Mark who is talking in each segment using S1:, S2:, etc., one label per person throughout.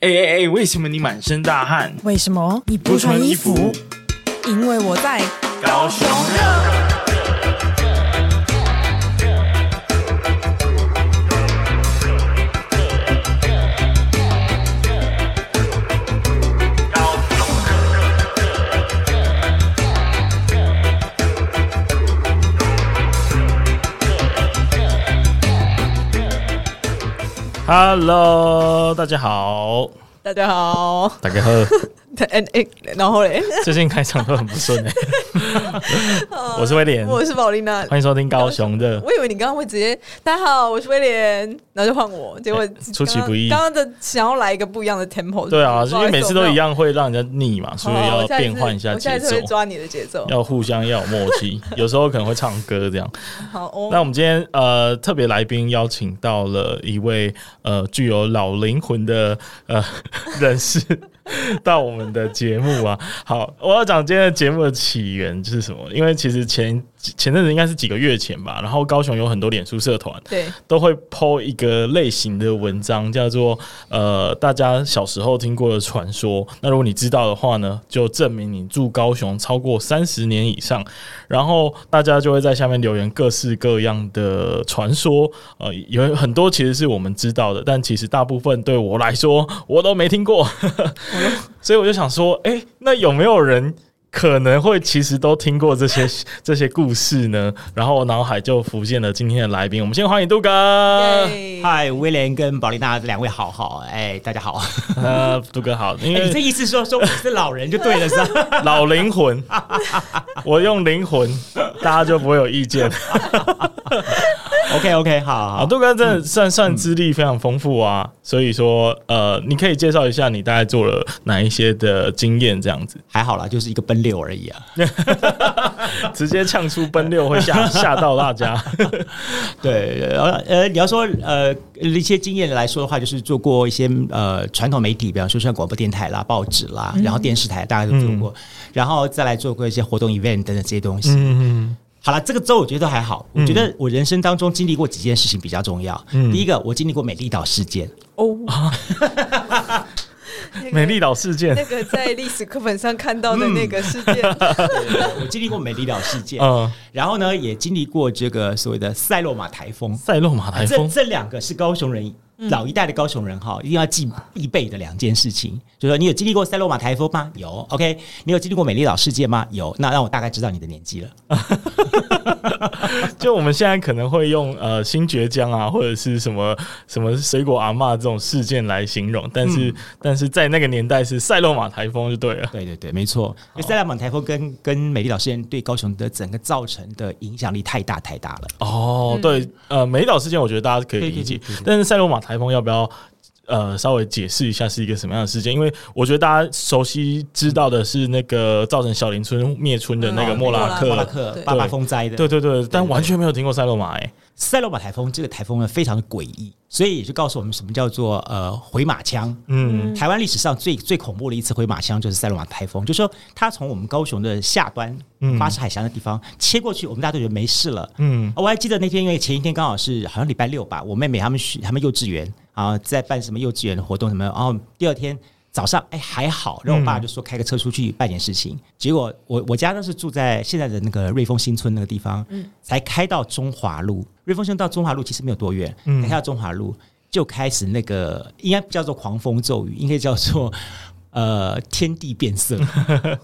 S1: 哎哎哎，为什么你满身大汗？
S2: 为什么你不穿衣服？因为我在。
S1: 高雄热。Hello，大家好，
S2: 大家好，
S1: 大家好。
S2: 哎哎，然后嘞，
S1: 最近开场都很不顺哎、 我是威廉，
S2: 我是宝琳娜。
S1: 嗯欢迎收听高雄热。
S2: 我以为你刚刚会直接，大家好，我是威廉，然后就换我，结果
S1: 哎出其不意
S2: 刚刚的想要来一个不一样的 tempo，
S1: 对啊，因为每次都一
S2: 样，
S1: 样会让人家腻嘛，所以
S2: 好好
S1: 要
S2: 我下次
S1: 变换一下
S2: 我下
S1: 节
S2: 一次
S1: 奏
S2: 会，抓你的节奏。
S1: 要互相要有默 契。有时候可能会唱歌这样。
S2: 好，哦，
S1: 那我 们今天呃特别来宾邀请到了一位呃具有老灵魂的呃人士到我们的节目啊。 好，我要讲今天的节目的起源是什么？因为其实前前阵子应该是几个月前吧，然后高雄有很多脸书社团，
S2: 对，
S1: 都会 PO 一个类型的文章，叫做呃，大家小时候听过的传说。那如果你知道的话呢，就证明你住高雄超过三十年以上。然后大家就会在下面留言各式各样的传说，呃，有很多其实是我们知道的，但其实大部分对我来说我都没听过， 所以我就想说，诶，那有没有人可能会其实都听过这些 这些故事呢？然后脑海就浮现了今天的来宾，我们先欢迎杜哥。
S2: 耶
S3: 嗨，威廉跟保利娜两位好好，哎，大家好。
S1: 呃，杜哥好，因
S3: 哎你这
S1: 为
S3: 意思是说说我是老人就对了，是 吧？
S1: 老灵魂，我用灵魂，大家就不会有意见。
S3: OK OK，好
S1: 啊，
S3: 好。
S1: 杜哥真的算算资历非常丰富啊，所以说呃，你可以介绍一下你大概做了哪一些的经验，这样 子，
S3: 还好啦，就是一个奔六而已啊。
S1: 直接呛出奔六会 吓吓到大家。
S3: 对，呃呃，你要说呃一些经验来说的话，就是做过一些呃传统媒体，比方说像广播电台啦、报纸啦，
S1: 嗯
S3: 然后电视台大家都做过，然后再来做过一些活动 event 等等这些东西。
S1: 嗯
S3: 好了，这个周我觉得都还好。我觉得我人生当中经历过几件事情比较重要。第一个，我经历过美丽岛事 件。
S2: 哦，
S1: 嗯，美丽岛事
S2: 那
S1: 件，
S2: 个在历史课本上看到的那个事件，
S3: 我经历过美丽岛事件，
S1: 嗯，
S3: 然后呢，也经历过这个所谓的塞洛马台风。
S1: 赛洛马台
S3: 这
S1: 风，
S3: 这两个是高雄人。老一代的高雄人哈，一定要记必备的两件事情，就是说你有经历过塞洛马台风吗？有，OK，你有经历过美丽岛事件吗？有，那让我大概知道你的年纪了。
S1: 就我们现在可能会用呃新爵江啊，或者是什么什么水果阿嬷这种事件来形容，但是、但是在那个年代是赛洛马台风就对了。
S3: 对对对，没错，因为塞洛马台风跟跟美丽岛事件对高雄的整个造成的影响力太大太大了。
S1: 哦，对，呃，美岛事件我觉得大家可以理解，但是塞罗马台风要不要呃稍微解释一下是一个什么样的事件？因为我觉得大家熟悉知道的是那个造成小林村灭村的那个
S2: 嗯
S1: 莫拉
S3: 莫
S1: 克，
S3: 拉克
S2: 对
S3: 八八风灾的，
S1: 对对对，但完全没有听过塞罗马哎、
S3: 塞洛马台风这个台风呢非常的诡异，所以也就告诉我们什么叫做呃回马枪。
S1: 嗯
S3: 台湾历史上最最恐怖的一次回马枪就是塞罗马台风，就是说它从我们高雄的下端
S1: 嗯
S3: 巴士海峡的地方切过去，我们大家都觉得没事了。
S1: 嗯，
S3: 哦我还记得那天，因为前一天刚好是好像礼拜六吧，我妹妹她们学她们幼稚园啊，在办什么幼稚园的活动什么，然后第二天早上哎还好，然后我爸就说开个车出去办点事情，结果我我家呢是住在现在的那个瑞丰新村那个地方，才开到中华路，瑞丰新村到中华路其实没有多远，才开到中华路就开始那个应该不叫做狂风骤雨，应该叫做。呃，天地变色，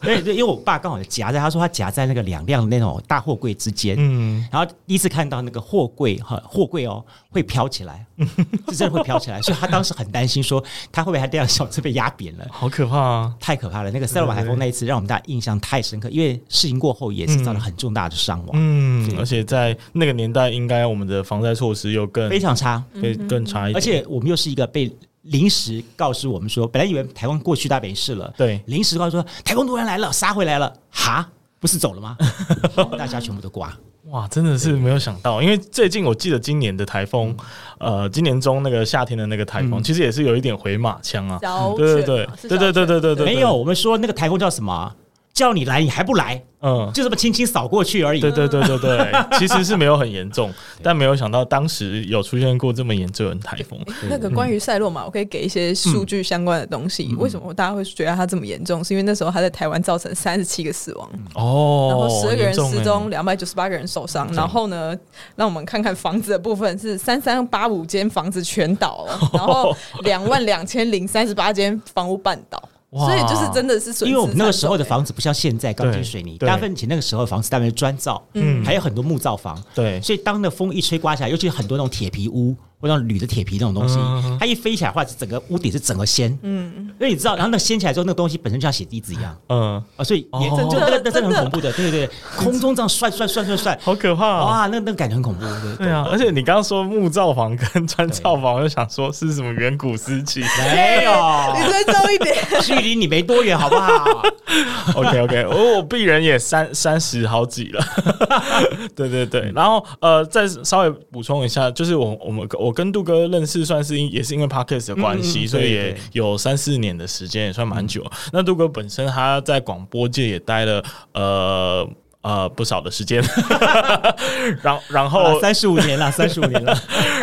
S3: 对对，因为我爸刚好夹在，他说他夹在那个两辆那种大货柜之间，
S1: 嗯，
S3: 然后第一次看到那个货柜哈，货柜哦会飘起来，是真的会飘起来，所以他当时很担心说他会不会他这样小车被压扁了。
S1: 好可怕啊！
S3: 太可怕了！那个塞罗马台风那一次让我们大家印象太深刻，因为事情过后也是造成很重大的伤亡，
S1: 嗯，而且在那个年代，应该我们的防灾措施又更
S3: 非常差。
S1: 非嗯更差一点，
S3: 而且我们又是一个被临时告知我们说，本来以为台风过去大家没事了，
S1: 对
S3: 临时告诉说台风突然来了，杀回来了，哈，不是走了吗？ 大家全部都挂。
S1: 哇，真的是没有想到，因为最近我记得今年的台风，
S2: 嗯
S1: 呃，今年中那个夏天的那个台风，其实也是有一点回马枪啊。
S2: 小
S1: 对
S2: 犬
S1: 对
S2: 嗯嘛
S1: 对对对对对对，
S3: 没有，我们说那个台风叫什么？叫你来你还不来，
S1: 嗯，
S3: 就这么轻轻扫过去而已。
S1: 对对对对
S2: 嗯
S1: 对， 其实是没有很严重，但没有想到当时有出现过这么严重的台风。
S3: 嗯
S2: 那个关于赛洛马，我可以给一些数据相关的东西。
S3: 嗯
S2: 为什么大家会觉得它这么严重？是因为那时候它在台湾造成三十七个死亡，
S1: 哦，
S2: 然后十二个人
S1: 严重欸
S2: 失踪，，两百九十八个人受伤。然后呢，让我们看看房子的部分是三三八五间房子全倒 了，然后两万两千零三十八间房屋半倒，
S1: 哇
S2: 所以就是真的是损失惨重欸。
S3: 因为我们那个时候的房子不像现在钢筋水泥，
S1: 对对
S3: 大部分以前那个时候的房子大部分是砖造，
S1: 嗯
S3: 还有很多木造房，
S1: 对
S3: 所以当那风一吹刮下来，尤其很多那种铁皮屋或那种铝的铁皮那种东西，
S1: 嗯
S3: 它一飞起来的话，整个屋顶是整个掀，嗯，因为你知道，然后那掀起来之后，那个东西本身就像血滴子一样
S1: 嗯，
S3: 啊，所以也
S1: 哦
S3: 真就那个那真的
S2: 真的
S3: 很恐怖的，对对 对，空中这样涮涮涮涮涮，
S1: 好可怕哦。
S3: 哇，那那个感觉很恐怖，对
S1: 对啊，而且你刚刚说木造房跟 砖造房，我就想说是什么远古时期。
S3: 没有，
S2: 你追踪一点，
S3: 距离你没多远，好不好？
S1: OK OK，我我哦鄙人也三三十好几了， 对对对。
S3: 嗯
S1: 然后呃，再稍微补充一下，就是我我们我跟杜哥认识，算是因也是因为 Podcast 的关系，
S3: 嗯嗯
S1: 所以
S3: 对嗯
S1: 也
S3: 对
S1: 有三四年的时间，也算蛮久。那杜哥本身他在广播界也待了呃呃不少的时间， 然然 后
S3: 三十五年了，三十五 年了，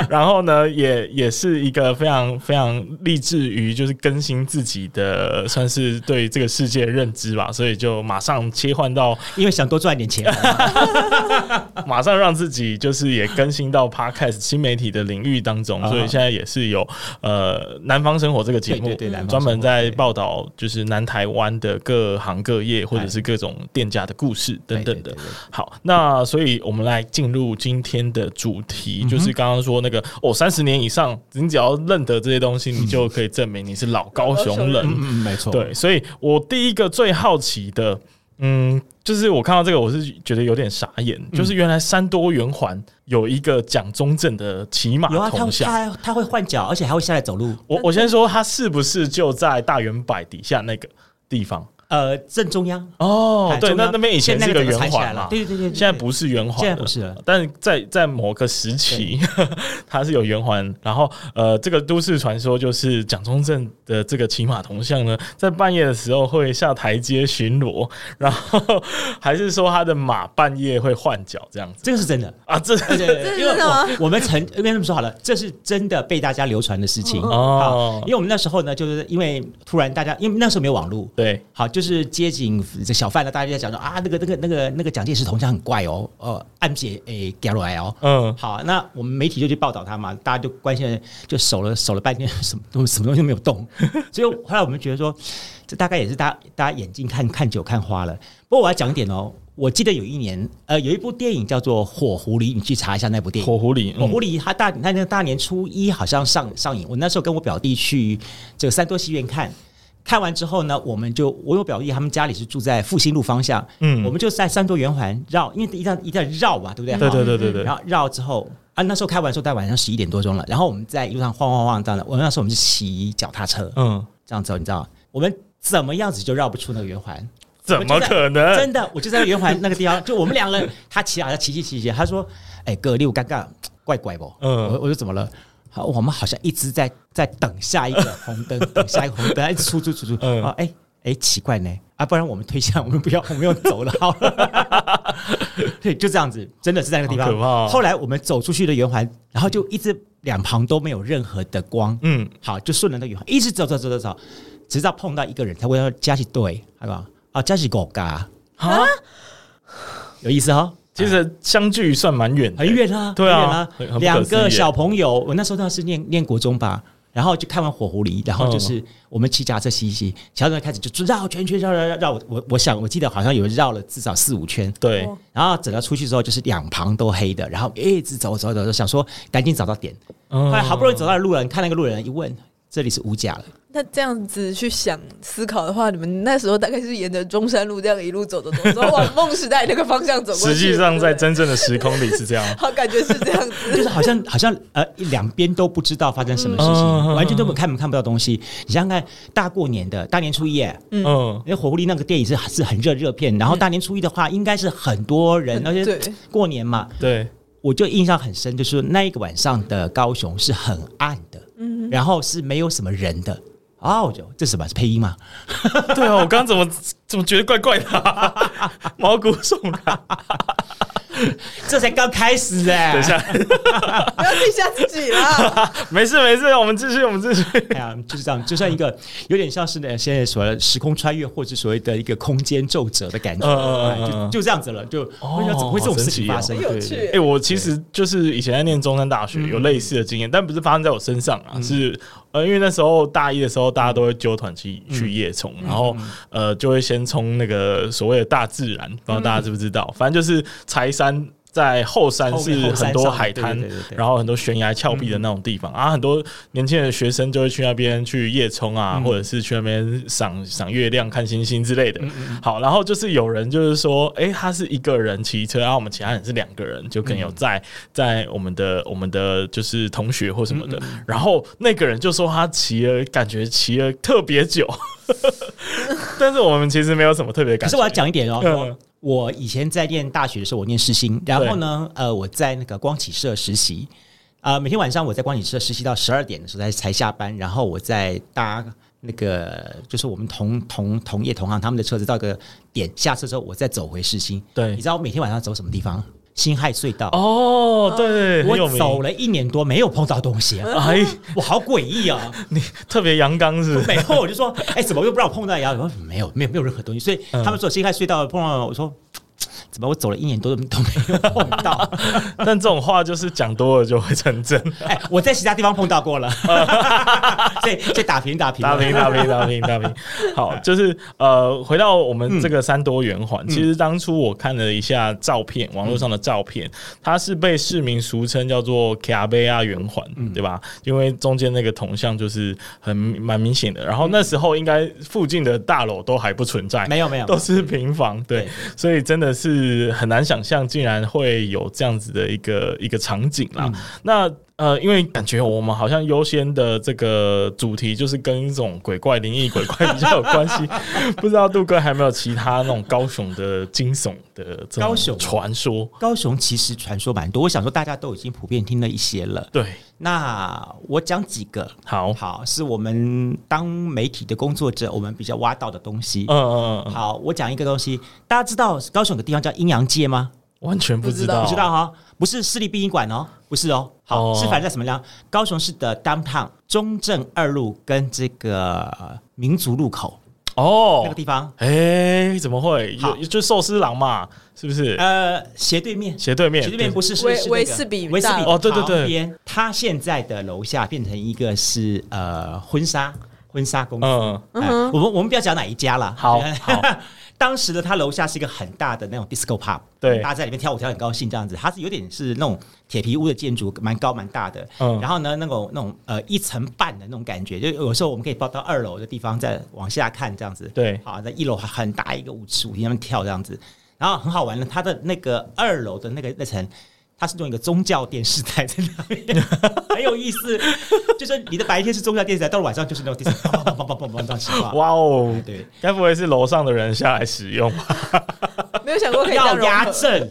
S1: 然后呢，也也是一个非常非常立志于就是更新自己的，算是对这个世界的认知吧，所以就马上切换到，
S3: 因为想多赚点钱嘛，
S1: 马上让自己就是也更新到 podcast 新媒体的领域当中，
S3: 啊
S1: 所以现在也是有呃《南方生活》这个节目
S3: 对对对南，方
S1: 专门
S3: 生活
S1: 在
S3: 对
S1: 报道就是南台湾的各行各业或者是各种店家的故事等等的
S3: 对对对。对
S1: 好，那所以我们来进入今天的主题，
S3: 嗯
S1: 就是刚刚说那个哦，三十年以上，你只要认得这些东西，你就可以证明你是老高雄人。
S3: 嗯嗯，没错，
S1: 对，所以我第一个最好奇的，嗯，就是我看到这个，我是觉得有点傻眼，
S3: 嗯
S1: 就是原来三多圆环有一个蒋中正的骑马
S3: 有啊，他
S1: 铜像。
S3: 他他会换脚，而且还会下来走路。
S1: 我我先说，它是不是就在大圆柏底下那个地方？
S3: 呃，正中央
S1: 哦
S3: 哎
S1: 对，
S3: 中
S1: 那
S3: 央
S1: 那边以前
S3: 现在
S1: 是个
S3: 那个
S1: 圆
S3: 整个拆起来
S1: 环
S3: 了
S1: 嘛，
S3: 对对对对
S1: 现在不是圆环了，
S3: 现在不是了
S1: 但在在某个时期， 它是有圆环。然后呃，这个都市传说就是蒋中正的这个骑马铜像呢，在半夜的时候会下台阶巡逻，然后还是说他的马半夜会换脚这样子
S3: 这个是真的。
S1: 啊？这
S3: 对对
S2: 这是
S3: 对，因为
S2: 真的吗
S3: 我我们曾跟他们说好了，这是真的被大家流传的事情
S1: 哦
S3: 好因为我们那时候呢，就是因为突然大家，因为那时候没有网络，
S1: 对
S3: 好，就是街景这小贩呢，大家在讲说啊，那个那个那个那个蒋介石铜像很怪哦，呃，暗写诶掉落来哦。
S1: 嗯
S3: 好，那我们媒体就去报道他嘛，大家就关心了，就守了守了半天，什么东什么东西都没 有动，所以后来我们觉得说，这大概也是大家大家眼睛看看久看花了。不过我要讲一点哦，我记得有一年，呃，有一部电影叫做《火狐狸》，你去查一下那部电影。
S1: 火狐狸，嗯
S3: 火狐
S1: 狸，
S3: 狸，他大他那个大年初一好像上上映。我那时候跟我表弟去这个三多戏院看，看完之后呢，我们就我有表弟他们家里是住在复兴路方向，
S1: 嗯
S3: 我们就在三多圆环绕，因为一定要一定要绕嘛，对不对？
S1: 对
S3: 哈
S1: 对对对对
S3: 然后绕之后啊，那时候开完之后大概晚上十一点多钟了，然后我们在一路上晃晃晃荡的，我那时候我们是骑脚踏车
S1: 嗯，
S3: 这样走，你知道，我们怎么样子就绕不出那个圆环。
S1: 怎么可能？
S3: 真的，我就在圆环那个地方，就我们两个人，他骑啊，他骑骑骑骑，他说：“哎、哥，你有尴尬，怪怪不？”
S1: 嗯
S3: 嗯，我我说怎么了？好，我们好像一直在在等下一个红灯，等下一个红灯，一直出出出出。
S1: 嗯
S3: 啊，哎、哎、奇怪呢，啊，不然我们退下，我们不要，我们要走了，好了。 对，就这样子，真的是在那个地方。
S1: 好可怕哦
S3: 后来我们走出去的圆环，然后就一直两旁都没有任何的光，
S1: 嗯，
S3: 好，就顺着那个圆环一直走走走走走，直到碰到一个人，他会要加起对，好吧？啊，加起狗嘎，
S1: 啊，
S3: 有意思哦，
S1: 其实相距算蛮远的，
S3: 很远啊，
S1: 对啊
S3: 很
S1: 很
S3: 远
S1: 很不可思议
S3: 两个小朋友，我那时候当时念念国中吧。然后就看完火狐狸，然后
S1: 嗯
S3: 就是我们骑脚踏车骑一骑，骑到那开始就绕圈圈绕绕绕绕，我我我想我记得好像有人绕了至少四五圈，
S1: 对，
S3: 然后整个出去之后就是两旁都黑的，然后一直走走走走，想说赶紧找到点，后
S1: 后
S3: 来好不容易走到路人，看那个路人一问，这里是五甲了，
S2: 那这样子去想思考的话，你们那时候大概是沿着中山路这样一路走走走，走往梦时代那个方向走过去。
S1: 实际上在
S2: 对不对。
S1: 真正的时空里是这样
S2: 好感觉是这样子。
S3: 就是好像好像呃两边都不知道发生什么事情，
S1: 嗯
S3: 完全都没有看看不到东西。你想想看，大过年的大年初一耶，
S1: 嗯，
S3: 因为《火狐狸》那个电影是是很热热片，然后大年初一的话，应该是很多人，
S2: 嗯
S3: 而且
S2: 对
S3: 过年嘛，
S1: 对，
S3: 我就印象很深，
S1: 嗯
S3: 就是那一个晚上的高雄是很暗的，然后是没有什么人的。啊，我就这是什么是配音嘛？
S1: 对啊，我刚刚怎么怎么觉得怪怪的啊、 毛骨悚然。
S3: 这才刚开始哎、
S1: 等一下，
S2: 不要自己吓自己啦。
S1: 没事没事，我们继续，我们继续。
S3: 哎呀，就是这样，就像一个有点像是呢，现在所谓的时空穿越，或者所谓的一个空间皱褶的感觉，
S1: 嗯嗯嗯
S3: 哎
S1: 嗯
S3: 就就这样子了，就
S1: 哦
S3: 我想怎么会这种事情发生？
S2: 好神奇哦有趣
S3: 对对
S1: 哎、我其实就是以前在念中山大学有类似的经验，但不是发生在我身上啊，是呃，因为那时候大一的时候，大家都会揪团去去夜冲，然后呃，就会先冲那个所谓的大自然，不知道大家知不知道，反正就是柴山。在后山
S3: 后面
S1: 是
S3: 后山
S1: 很多
S3: 上
S1: 海
S3: 对
S1: 滩
S3: 对对对，对嗯
S1: 然后很多悬崖峭壁的那种地方啊，很多年轻的学生就会去那边去夜冲
S3: 嗯
S1: 啊，或者是去那边赏赏月亮、看星星之类
S3: 嗯
S1: 的。好，然后就是有人就是说，诶，他是一个人骑车，然后我们其他人是两个人，就可能
S3: 嗯
S1: 有在在我们的我们的就是同学或什么
S3: 嗯
S1: 的。然后那个人就说他骑了，感觉骑了特别久， 但是我们其实没有什么特别
S3: 可
S1: 感
S3: 是
S1: 觉
S3: 我。要讲一点哦、
S1: 嗯
S3: 我以前在念大学的时候，我念世新，然后呢，呃，我在那个光启社实习，呃，每天晚上我在光启社实习到十二点的时候才才下班，然后我再搭那个就是我们同同同业同行他们的车子到一个点下车之后，我再走回世新。
S1: 对
S3: 你知道我每天晚上走什么地方？辛亥隧道。
S1: 哦，对，很有
S3: 我
S1: 名
S3: 走了一年多没有碰到东西、啊，
S1: 哎，
S3: 我好诡异啊！
S1: 你特别阳刚是不是？
S3: 然后我就说，哎、怎么又不让我碰到呀？我说没有，没有，没有任何东西。所以
S1: 嗯
S3: 他们说辛亥隧道碰到我，我说怎么我走了一年多都没有碰到？
S1: 但这种话就是讲多了就会成 真。
S3: 哎、我在其他地方碰到 过了，所以所以打平打平
S1: 打平，打平，打平， 打平。好，就是呃，回到我们这个三多圆环，其实当初我看了一下照片，网络上的照片，它是被市民俗称叫做卡贝亚圆环，对吧？因为中间那个铜像就是很蛮明显的。然后那时候应该附近的大楼都还不存在，
S3: 没有没有
S1: 都是平房，对
S3: 对，
S1: 所以真的是很难想象，竟然会有这样子的一个一个场景啦。
S3: 嗯
S1: 那呃，因为感觉我们好像优先的这个主题就是跟这种鬼怪、灵异、鬼怪比较有关 系，不知道杜哥还有没有其他那种高雄的惊悚的这
S3: 高
S1: 种
S3: 雄
S1: 传说？
S3: 高雄其实传说蛮多，我想说大家都已经普遍听了一些了。
S1: 对，
S3: 那我讲几个，
S1: 好，
S3: 好，是我们当媒体的工作者，我们比较挖到的东西。
S1: 嗯嗯嗯，
S3: 好，我讲一个东西，大家知道高雄有个地方叫阴阳界吗？
S1: 完全不知道，
S2: 哦
S3: 不知道哈、不是私立殡仪馆哦，不是哦，好、
S1: 哦
S3: 是反正在什么呢？高雄市的 downtown 中正二路跟这个呃民族路口、那
S1: 哦
S3: 个。地方，
S1: 哎、怎么会？
S3: 好
S1: 有就寿司郎嘛，是不是？
S3: 呃，斜对面，
S1: 斜对面，
S3: 斜对面不是是
S2: 威
S3: 是那个
S2: 威士比
S3: 威士比
S2: 大
S1: 楼哦对对对
S3: 旁边，它现在的楼下变成一个是呃婚纱婚纱公司。
S1: 嗯，
S3: 哎我们我们不要讲哪一家了，
S1: 好好，
S3: 当时的他楼下是一个很大的那种 disco pub，
S1: 对
S3: 大家在里面跳舞跳得很高兴这样子。它是有点是那种铁皮屋的建筑，蛮高蛮大的。
S1: 嗯
S3: 然后呢，那种那种呃一层半的那种感觉，就有时候我们可以跑到二楼的地方再往下看这样子。
S1: 对
S3: 好，在一楼很大一个舞池舞厅，他们跳这样子，然后很好玩的。它的那个二楼的那个那层。它是用一个宗教电视台在那边，很有意思。就是你的白天是宗教电视台，到了晚上就是那种 disco，砰砰砰砰砰砰这样起话。
S1: 哇哦，
S3: 对，
S1: 该不会是楼上的人下来使用吧？
S2: 没有想过可以这样
S3: 要
S2: 融合
S3: 压正，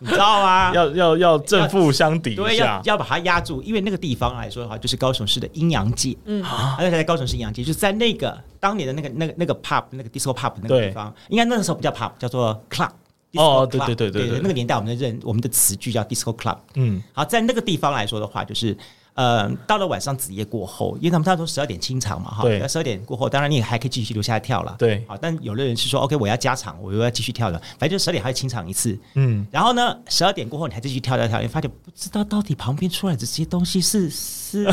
S3: 你知道吗？
S1: 要要要正负相抵
S3: 啊对，
S1: 一
S3: 要
S1: 下，
S3: 要把它压住，因为那个地方来说的话，就是高雄市的阴阳界。嗯，而且在高雄市阴阳界，就是在那个当年的那个那个那个 pub 那个 disco pub 那个
S1: 对
S3: 地方，应该那个时候不叫 pub，叫做 club。
S1: 哦
S3: disco club，
S1: 对对对对
S3: 对
S1: 对
S3: 那个年代我们的认我们的词句叫 disco club。
S1: 嗯，
S3: 好，在那个地方来说的话，就是呃，到了晚上子夜过后，因为他们大多十二点清场嘛，哈，
S1: 对
S3: 那十二点过后，当然你也还可以继续留下来跳了，
S1: 对
S3: 好，但有的人是说，OK，我要加场，我又要继续跳了，反正就十二点还要清场一次，
S1: 嗯，
S3: 然后呢，十二点过后你还继续跳跳跳，你发现不知道到底旁边出来的这些东西 是是，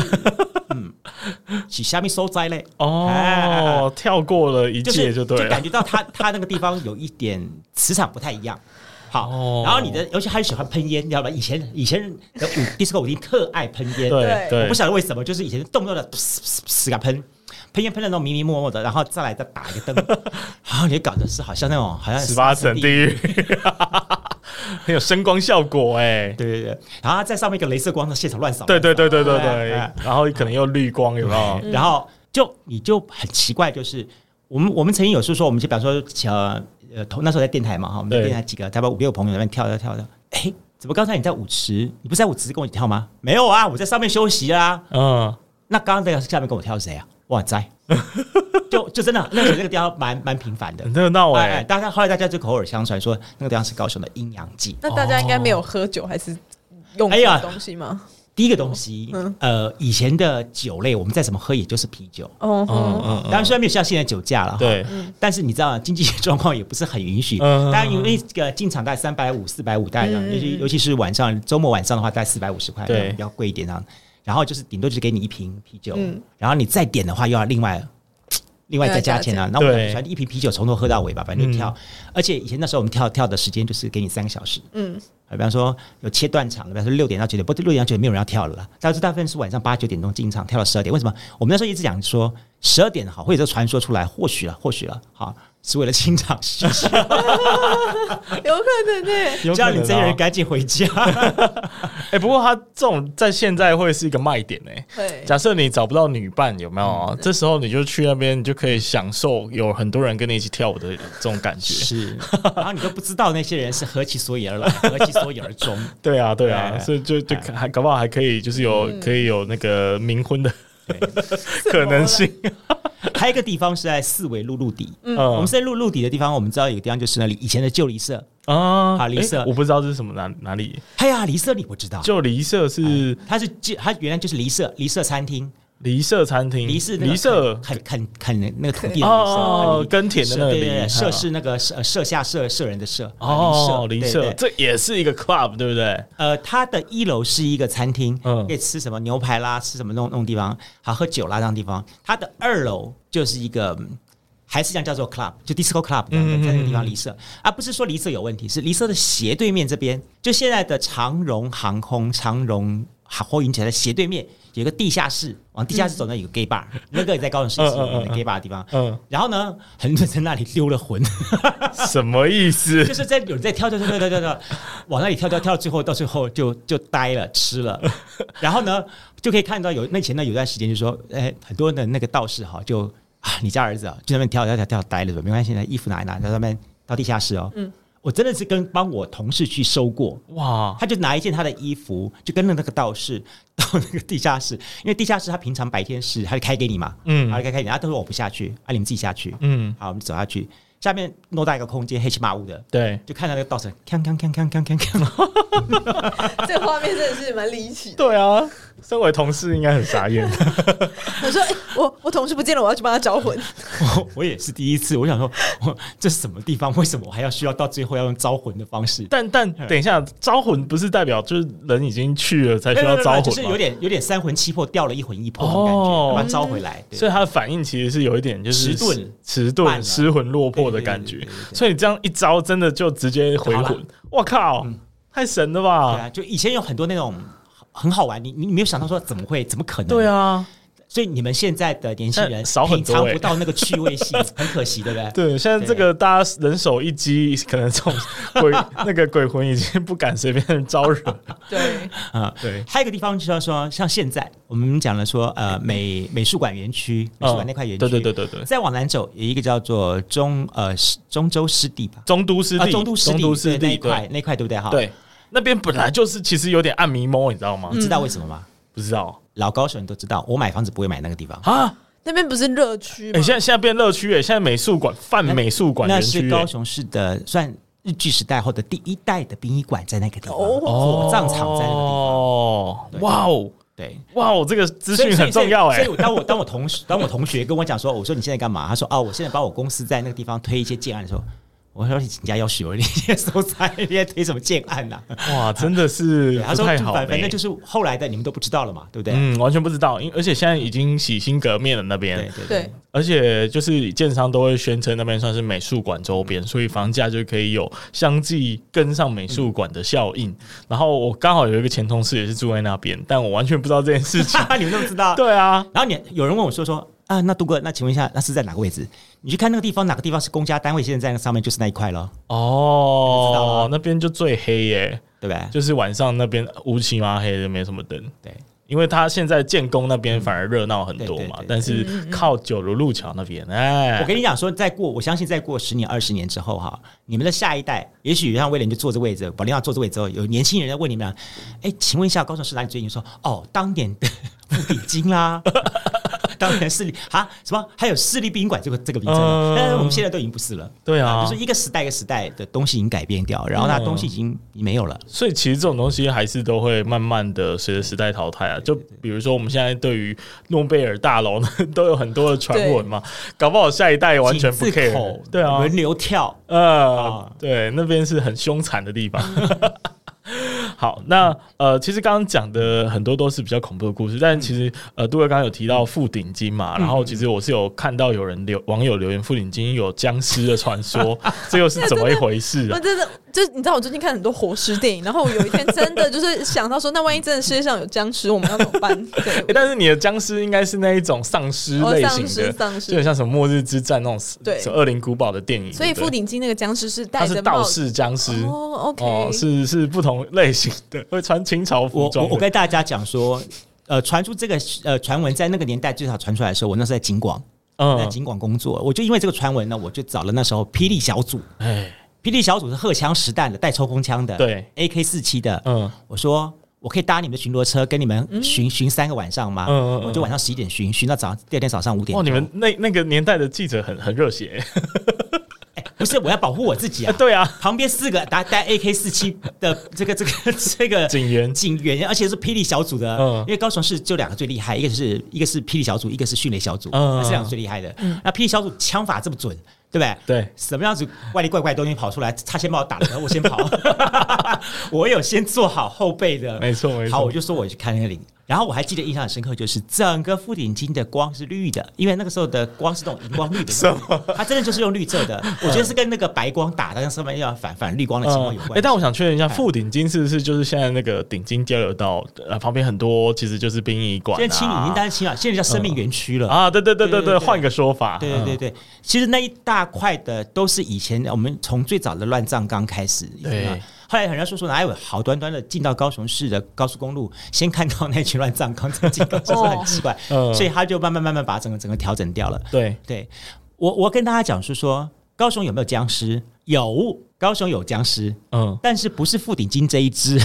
S3: 嗯，是下面收灾嘞，啊
S1: 哦，跳过了一
S3: 就是
S1: 届就对了
S3: 感，觉到他他那个地方有一点磁场不太一样。好，
S1: 哦
S3: 然后你的，尤其他喜欢喷烟，你知道吧？以前以前的舞 disco 舞厅特爱喷烟，
S1: 对
S2: 对
S1: 对
S3: 我不，晓得为什么，就是以前动不动的噗噗噗噗敢喷，喷烟喷的那种迷迷默默的，然后再来再打一个 灯，然后你搞的是好像那种好像
S1: 十八层地
S3: 狱，
S1: 狱， 很有声光效果哎，
S3: 对对对，然后在上面一个镭射光的现场乱扫，
S1: 对对对对对对
S3: 哎哎，
S1: 然后可能又绿光有没有？
S3: 然后就你就很奇怪，就是我们我们曾经有时候说，我们就比方说呃呃，同那时候在电台嘛哈，我们在
S1: 对
S3: 电台几个，大概五六个朋友在那边跳跳跳跳，哎，怎么刚才你在舞池？你不是在舞池跟我一起跳吗？没有啊，我在上面休息啊。
S1: 嗯，
S3: 那刚刚在下面跟我跳是谁啊？哇塞，就就真的那那个地方蛮蛮频繁的。
S1: 很热闹
S3: 哎，哎
S1: 哎，
S3: 大家后来大家就口耳相传说那个地方是高雄的阴阳剂。
S2: 那大家应该没有喝酒还是用
S3: 哎呀
S2: 的东西吗？
S3: 第一个东西，
S1: 嗯
S3: 呃，以前的酒类我们再怎么喝也就是啤酒，
S2: 哦，
S1: 嗯
S2: 哼
S1: 嗯，
S3: 当然虽然没有像现在酒驾了，。
S1: 对，
S3: 但是你知道经济状况也不是很允许，
S1: 嗯
S3: 当然因为这个进场大概三百五、四百五，大概这样，尤其尤其是晚上周末晚上的话，大概四百五十块，
S1: 对
S3: 比较贵一点这样。然后就是顶多就是给你一瓶啤酒，
S2: 嗯
S3: 然后你再点的话又要另外。另外再加钱啊！那我
S1: 对嗯
S3: 们喜欢一瓶啤酒从头喝到尾吧，反正就跳。而且以前那时候我们跳跳的时间就是给你三个小时，
S2: 嗯，
S3: 啊比方说有切断场的，比方说六点到九点，不对，六点到九点没有人要跳了啦。大家大部分是晚上八九点钟进场，跳到十二点。为什么？我们那时候一直讲说十二点好，或者这传说出来，或许了，或许了，好是为了清场休息，
S2: 有可能呢。
S1: 有可
S3: 叫
S1: 能
S3: 你这些人
S1: 啊
S3: 赶紧回 家。
S1: 哎，不过他这种在现在会是一个卖点哎。
S2: 对，
S1: 假设你找不到女伴，有没有
S3: 嗯
S1: 啊？这时候你就去那边，你就可以享受有很多人跟你一起跳舞的这种感觉。
S3: 是， 然后你都不知道那些人是何其所以 而来，何其所以而终。
S1: 对啊，对啊，
S3: 哎
S1: 所以就就
S3: 哎嗯
S1: 还搞不好还可以，就是有可以有那个冥婚的 可能性。
S3: 还有一个地方是在四维路路底，
S1: 嗯，
S3: 我们是在路路底的地方，我们知道有个地方就是那里以前的旧离社。
S1: 啊，
S3: 好离社
S1: 诶我不知道这是什么哪哪里，
S3: 哎呀，离社你不知道，
S1: 就离社是
S3: 它是旧它原来就是离社离社餐厅，
S1: 离社餐厅，
S3: 离是那个
S1: 离社
S3: 啃啃啃啃那个土地的离社
S1: 哦，耕田的那个
S3: 对对对
S1: 离
S3: 社是那个社社下社社人的社
S1: 哦，
S3: 离
S1: 离
S3: 啊社对
S1: 社
S3: 对对
S1: 这也是一个 club，对不对？
S3: 呃，它的一楼是一个餐厅，
S1: 嗯
S3: 可以吃什么牛排啦，吃什么那种那种地方，好喝酒啦那种地方。它的二楼就是一个。嗯还是这样叫做 club，就 disco club 这样的，
S1: 嗯嗯嗯
S3: 在那个地方离社，而、不是说离社有问题，是离社的斜对面这边，就现在的长荣航空、长荣呃航货运起来的斜对面有一个地下室，往地下室走呢有个 gay bar，、那个也在高雄市
S1: 嗯
S3: 是有
S1: 嗯
S3: 的
S1: 嗯
S3: gay bar 的地方。
S1: 嗯，
S3: 然后呢，很多人在那里丢了魂，
S1: 什么意思
S3: 就？是在有人在跳跳跳跳跳跳跳，往那里跳跳跳到最后，到最后就就呆了，吃 了。然后呢，就可以看到有那以前呢有一段时间就说，哎，很多的那个道士哈，就啊，你家儿子啊，就在那边跳跳跳跳呆了，没关系，那衣服拿一拿，在那边到地下室哦。嗯，我真的是跟帮我同事去收过，
S1: 哇，
S3: 他就拿一件他的衣服，就跟着那个道士到那个地下室，因为地下室他平常白天是他就开给你嘛，
S1: 嗯
S3: 他就开给你，他都说我不下去，啊，你们自己下去，
S1: 嗯，
S3: 好，我们走下去，下面偌大一个空间，黑漆麻乌的，
S1: 对。
S3: 就看到那个道士，锵锵锵锵锵锵锵，
S2: 这个画面真的是蛮离奇的。
S1: 对啊，身为同事应该很傻眼。
S2: 我说，哎，我我同事不见了，我要去帮他招魂。
S3: 我我也是第一次，我想说，我这是什么地方？为什么我还要需要到最后要用招魂的方式？
S1: 但但
S3: 嗯
S1: 等一下，招魂不是代表就是人已经去了才需要招
S3: 没
S1: 魂
S3: 有没有没有
S1: 吗？
S3: 就是有点有点三魂七魄掉了一魂一魄的感觉，
S1: 哦
S3: 把它招回来。对
S1: 所以他的反应其实是有一点就是
S3: 迟钝、
S1: 迟
S3: 慢
S1: 钝、
S3: 了
S1: 失魂落魄的感
S3: 对
S1: 觉
S3: 对对对。对
S1: 所以你这样一招，真的就直接回
S3: 好嗯
S1: 魂
S3: 了。
S1: 我靠，太神了
S3: 对
S1: 吧！
S3: 啊，就以前有很多那种很好玩，你你你没有想到说怎么会，怎么可能？
S1: 对，啊，
S3: 所以你们现在的年轻人
S1: 但少很
S3: 品
S1: 多
S3: 尝
S1: 欸
S3: 不到那个趣味性，很可惜，对不对？
S1: 对，现在这个大家人手一机，可能这种 鬼那个鬼魂已经不敢随便招惹。
S2: 对，
S3: 啊，
S1: 对，
S3: 还有一个地方就是说，像现在我们讲了说，呃，美美术馆园区，美术馆那块园区，
S1: 哦对对对对对，
S3: 再往南走，有一个叫做中呃湿中州湿地吧，
S1: 中都湿
S3: 啊，
S1: 地，
S3: 中都湿地，
S1: 中都湿
S3: 对那
S1: 地
S3: 一块，那一块对不对？哈，嗯
S1: 对，对，那边本来就是其实有点暗迷蒙，你知道吗？
S3: 你知道为什么吗？
S1: 不知道
S3: 老高手你都知道，我买房子不会买那个地方，
S1: 啊？
S2: 那边不是热区
S1: 哎，
S2: 吗？
S1: 现在现在变乐区哎，现在美术馆泛
S3: 那
S1: 美术馆
S3: 那
S1: 园
S3: 是
S1: 区
S3: 高
S1: 欸，
S3: 雄市的算日据时代后的第一代的殡仪馆，在那个地方，
S2: 哦
S3: 火葬场在那个地方，
S1: 哦，
S3: 对
S1: 哇哦！
S3: 对。
S1: 哇，我这个资
S3: 所以
S1: 讯很重要哎、
S3: 所以所以我当我当我同事当我同学跟我讲说，我说你现在干嘛？他说哦，我现在帮我公司在那个地方推一些建案的时候，我说你请假要许我，你现在收财，你在推什么建案呐、啊？
S1: 哇，真的是
S3: 对他
S1: 不
S3: 说
S1: 太
S3: 就
S1: 好、
S3: 反
S1: 欸，
S3: 反正就是后来的你们都不知道了嘛，对不对？
S1: 嗯，完全不知道，因而且现在已经洗心革面了那
S3: 对
S1: 边，
S3: 对对
S2: 对，
S1: 而且就是建商都会宣称那边算是美术馆周边，所以房价就可以有相继跟上美术馆的效应。然后我刚好有一个前同事也是住在那边，但我完全不知道这件事 情。
S3: 你们都不知道。
S1: 对啊，
S3: 然后你有人问我说说啊，那杜哥，那请问一下，那是在哪个位置？你去看那个地方，哪个地方是公家单位？现在在那上面就是那一块咯，你知道
S1: 哦
S3: 吗，
S1: 那边就最黑耶、
S3: 对不对？
S1: 就是晚上那边呃乌漆嘛黑的，没什么灯。
S3: 对，
S1: 因为他现在建工那边反而热闹很多嘛，
S3: 嗯对对对
S1: 但是靠九如路桥那边，哎，
S3: 我跟你讲说，再过，我相信再过十年、二十年之后哈，你们的下一代，也许像威廉就坐这位置，保利亚坐这位置之后，有年轻人在问你们，啊哎，请问一下高雄市哪里最近？说哦，当年的富比金啦， 当然市立啊什么还有市立宾馆这个这个名称
S1: 嗯
S3: 吗，但是我们现在都已经不是了。
S1: 对啊
S3: 就是一个时代一个时代的东西已经改变掉，然后它东西已经没有了。
S1: 所以其实这种东西还是都会慢慢的随着时代淘汰啊。就比如说我们现在对于诺贝尔大楼呢， 都有很多的传闻嘛，搞不好下一代完全不
S3: 井字
S1: care
S3: 口。
S1: 对啊，
S3: 轮流跳。
S1: 呃
S3: 啊，
S1: 对，那边是很凶残的地方。
S2: 嗯
S1: 好，那呃，其实刚刚讲的很多都是比较恐怖的故事，
S2: 嗯
S1: 但其实呃，杜哥刚刚有提到负顶金嘛，然后其实我是有看到有人留网友留言，负顶金有僵尸的传 说，这又是怎么一回事
S2: 我
S1: 啊？
S2: 真的就是你知道，我最近看很多活尸电影，然后我有一天真的就是想到说，那万一真的世界上有僵尸，我们要怎么办？对
S1: 诶，哎但是你的僵尸应该是那一种丧尸
S2: 我
S1: 类
S2: 哦丧
S1: 型
S2: 尸
S1: 的，
S2: 丧
S1: 就很
S2: 尸。
S1: 像什么《末日之战》那种，
S2: 对
S1: 什么《恶灵古堡》的电影。
S2: 所以
S1: 对不对
S2: 富鼎金那个僵尸是戴
S1: 他是
S2: 着帽
S1: 道
S2: 子
S1: 士僵尸，
S2: 哦，OK，
S1: 哦，是是不同类型的，会穿清朝服
S3: 我我
S1: 装
S3: 我
S1: 的。
S3: 跟大家讲说，呃，传出这个呃传闻，在那个年代最少传出来的时候，我那时候在警广，在
S1: 嗯，
S3: 警广工作，我就因为这个传闻呢，我就找了那时候霹雳小组，
S1: 哎，
S3: 霹雳小组是荷枪实弹的，带抽风枪的，
S1: 对
S3: ，AK 四七的，
S1: 嗯，
S3: 我说我可以搭你们的巡逻车跟你们巡、巡三个晚上吗？
S1: 嗯嗯嗯
S3: 我就晚上十一点巡，巡到早第二天早上五点。
S1: 哇，你们那那个年代的记者很很热血、！
S3: 哎不是我要保护我自己啊
S1: 对 啊，
S3: 旁边四个打带 AK 四七的这个这个 这个
S1: 警员
S3: 警员，而且是霹雳小组的，
S1: 嗯
S3: 因为高雄市就两个最厉害，一个是一个是霹雳小组，一个是迅雷小组，
S1: 嗯嗯嗯
S3: 是两个最厉害的。那霹雳小组枪法这么准，对不对？
S1: 对
S3: 什么样子怪里怪怪的东西跑出来，他先把我打了，然后我先跑， 我有先做好后备的，
S1: 没错没错
S3: 好，我就说我去看那个领。然后我还记得印象很深刻，就是整个副顶巾的光是绿的，因为那个时候的光是那种荧光绿的，
S1: 什么
S3: 它真的就是用绿色的。我觉得是跟那个白光打在上面要反反绿光的情况有
S1: 哎、
S3: 关系。
S1: 但我想确认一下，
S3: 哎
S1: 富鼎金是不是就是现在那个顶金交流道呃旁边很多其实就是殡仪馆、啊？嗯
S3: 现在清理已经当然清了，现在叫生命园区了。
S1: 啊，对对对对
S3: 对
S1: 对，
S3: 对对
S1: 换个说法，
S3: 对对对
S1: 嗯
S3: 对，其实那一大块的都是以前我们从最早的乱葬岗开始，
S1: 对
S3: 后来很多人说说，哪有好端端的进到高雄市的高速公路，先看到那群乱葬岗，再进高雄市很奇怪，
S1: 嗯
S3: 所以他就慢慢慢慢把整个整个调整掉了。
S1: 对
S3: 对我，我跟大家讲是说，高雄有没有僵尸？有，高雄有僵尸，
S1: 嗯，
S3: 但是不是富鼎金这一 只？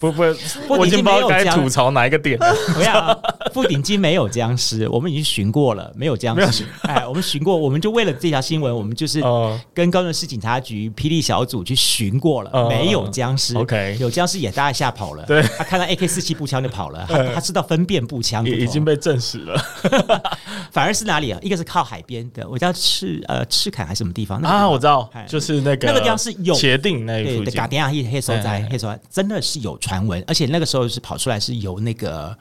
S1: 不不，
S3: 富
S1: 我已经
S3: 鼎金
S1: 不
S3: 没
S1: 知道
S3: 有
S1: 该吐
S3: 僵，
S1: 槽哪一个点 了。
S3: 不要，富鼎金没有僵尸，我们已经巡过了，没有僵
S1: 没有
S3: 尸。哎，我们巡过，我们就为了这条新闻，我们就是
S1: 嗯
S3: 跟高雄市警察局霹雳小组去巡过了，
S1: 嗯
S3: 没有僵尸。
S1: OK
S3: 有僵尸也大家吓跑了，
S1: 对
S3: 他看到 AK 四七步枪就跑了，他他知道分辨步枪不
S1: 也已
S3: 同
S1: 经被证实了
S3: 反而是哪里啊？一个是靠海边的，我叫赤呃赤坎还是什么地 方？那个地
S1: 啊！
S3: 方
S1: 我知道
S3: 哎，
S1: 就是那个
S3: 那个地方是有
S1: 协定那一
S3: 对
S1: 附
S3: 的，
S1: 近
S3: 嘎迪亚黑黑手
S1: 哎
S3: 仔黑手仔真的是有传闻，而且那个时候是跑出来是由那个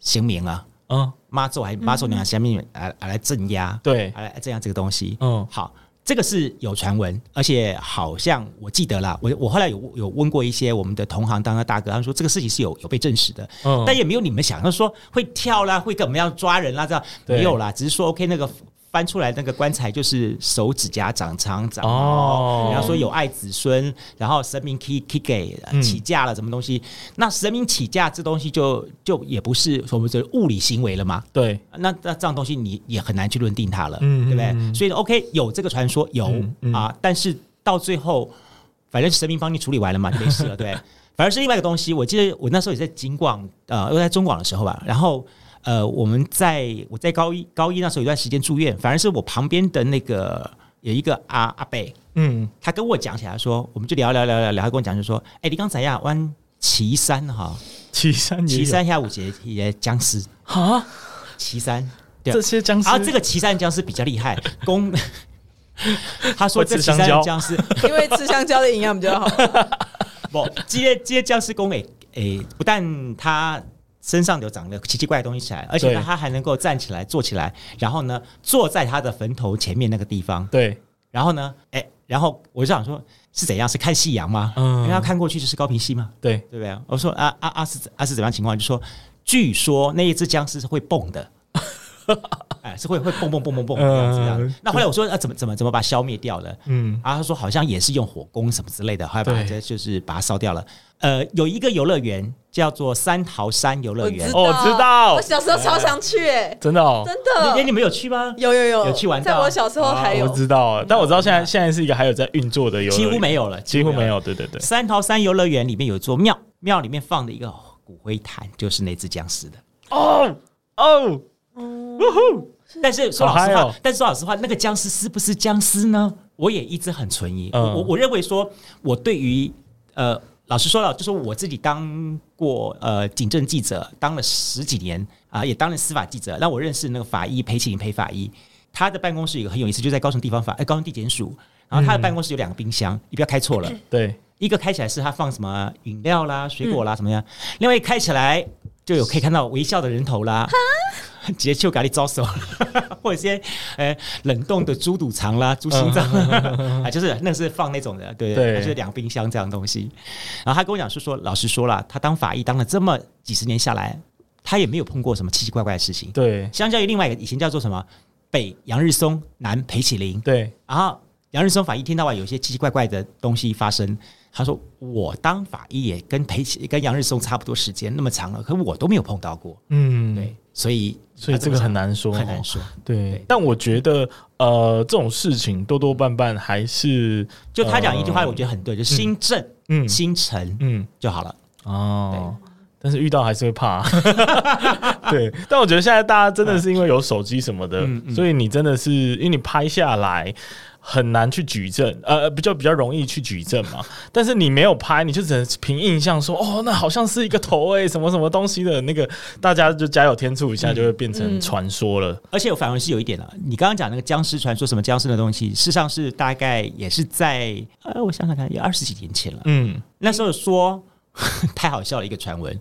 S3: 刑名啊
S1: 嗯，
S3: 妈祖还妈祖娘娘下面来来镇压，
S1: 对
S3: 来镇压这个东西。
S1: 嗯
S3: 好，这个是有传闻，而且好像我记得啦，我我后来有有问过一些我们的同行当的大哥，他们说这个事情是有有被证实的，
S1: 嗯
S3: 但也没有你们想象说会跳啦，会怎么样抓人啦，这样
S1: 对
S3: 没有啦，只是说 OK 那个。翻出来那个棺材就是手指甲长长长
S1: 哦
S3: 毛，然后说有爱子孙，然后神明起起给呃
S1: 嗯
S3: 起价了什么东西？那神明起价这东西就就也不是我们这物理行为了吗？
S1: 对，
S3: 那那这样东西你也很难去论定它了，
S1: 嗯
S3: 对不
S1: 嗯嗯
S3: 对？所以 OK 有这个传说有、
S1: 嗯嗯
S3: 啊，但是到最后，反正神明帮你处理完了嘛，就没事了，对。 反而是另外一个东西，我记得我那时候也在京广，呃，我在中广的时候吧，然后呃，我们在我在高一高一那时候有一段时间住院，反而是我旁边的那个有一个阿阿贝，
S1: 嗯，
S3: 他跟我讲起来说，我们就聊聊聊聊聊，他跟我讲就说，哎、你刚才呀弯岐山哈，
S1: 岐山也有
S3: 岐山下午节也僵尸，
S1: 啊，
S3: 岐山对
S1: 这些僵尸
S3: 啊，这个岐山僵尸比较厉害， 公。他说：“
S1: 会吃
S3: 这岐山
S1: 香蕉
S3: 的僵尸，
S2: 因为吃香蕉的营养比较好。
S3: 不，这些这些僵尸公诶诶，不但他身上有长了奇奇怪怪的东西起来，而且
S1: 对
S3: 呢，他还能够站起来、坐起来，然后呢，坐在他的坟头前面那个地方，
S1: 对，
S3: 然后呢，哎、然后我就想说，是怎样？是看夕阳吗？
S1: 嗯
S3: 因为他看过去就是高平溪嘛，
S1: 对，
S3: 对不对？我说啊啊啊是啊是怎么样情况？就说据说那一只僵尸是会蹦的， 哎，是会会蹦蹦蹦蹦蹦这样子这样
S1: 嗯
S3: 子。那后来我说啊，怎么怎么怎么把它消灭掉了？
S1: 嗯，
S3: 啊，他说好像也是用火攻什么之类的，后来把它
S1: 对
S3: 就是把它烧掉了。呃，有一个游乐园叫做三桃山游乐园
S1: 道，哦知道
S2: 我小时候超想去、欸，
S1: 真的哦，
S2: 真
S3: 你哎
S2: 的
S3: 你们有去吗？
S2: 有有有
S3: 有去玩
S2: 在
S3: 到
S2: 我小时候还有
S1: 哦我，知道了，但我知道现在现在是一个还有在运作的游乐
S3: 嗯几
S1: 园，
S3: 乎没有了，
S1: 几乎没。有，对对对，
S3: 三桃山游乐园里面有一座庙，庙里面放的一个骨灰坛，就是那只僵尸的。
S1: 哦哦，
S3: 但是说老实
S1: 好嗨
S3: 话，
S1: 哦
S3: 但是说老实话，那个僵尸是不是僵尸呢？我也一直很存疑。
S1: 嗯
S3: 我我我认为说，我对于呃，老实说了，就是我自己当过呃警政记者，当了十几年啊、也当了司法记者。那我认识那个法医裴启林裴法医，他的办公室有一个很有意思，就在高雄地方法哎、高雄地检署，然
S1: 嗯
S3: 后他的办公室有两个冰箱，你不要开错了。
S1: 对，
S3: 一个开起来是他放什么饮料啦、水果啦什么样，另外一开起来就有可以看到微笑的人头啦，直接就咖喱招手， 或者一些呃冷冻的猪肚肠啦、猪心脏 啊，就是那是放那种的，对
S1: 对
S3: 就是两个冰箱这样的东西。然后他跟我讲是说，老实说啦，他当法医当了这么几十年下来，他也没有碰过什么奇奇怪怪的事情。
S1: 对，
S3: 相较于另外一个以前叫做什么北杨日松、南裴启林，
S1: 对，
S3: 然后杨日松法医听到晚有一些奇奇怪怪的东西发生，他说：“我当法医也跟裴奇跟杨日松差不多时间那么长了，可我都没有碰到过。
S1: 嗯，
S3: 对，，啊所以
S1: 所以这个很难说，
S3: 很难说。
S1: 对
S3: 对，
S1: 但我觉得，呃，这种事情多多半半还是，
S3: 就他讲一句话，我觉得很对，就是心正、
S1: 嗯
S3: 心诚
S1: 嗯，
S3: 就好了。
S1: 哦，但是遇到还是会怕、 对。但我觉得现在大家真的是因为有手机什么的，
S3: 嗯嗯
S1: 所以你真的是因为你拍下来。很难去举证，呃，比较比较容易去举证嘛。 但是你没有拍，你就只能凭印象说，哦，那好像是一个头诶、什么什么东西的那个，大家就加有天助一下，就会变成
S2: 嗯
S1: 传说了。
S3: 而且我反而是有一点了，你刚刚讲那个僵尸传说什么僵尸的东西，事实上是大概也是在呃，我想想看，也二十几年前了。
S1: 嗯
S3: 那时候说 太好笑了，一个传闻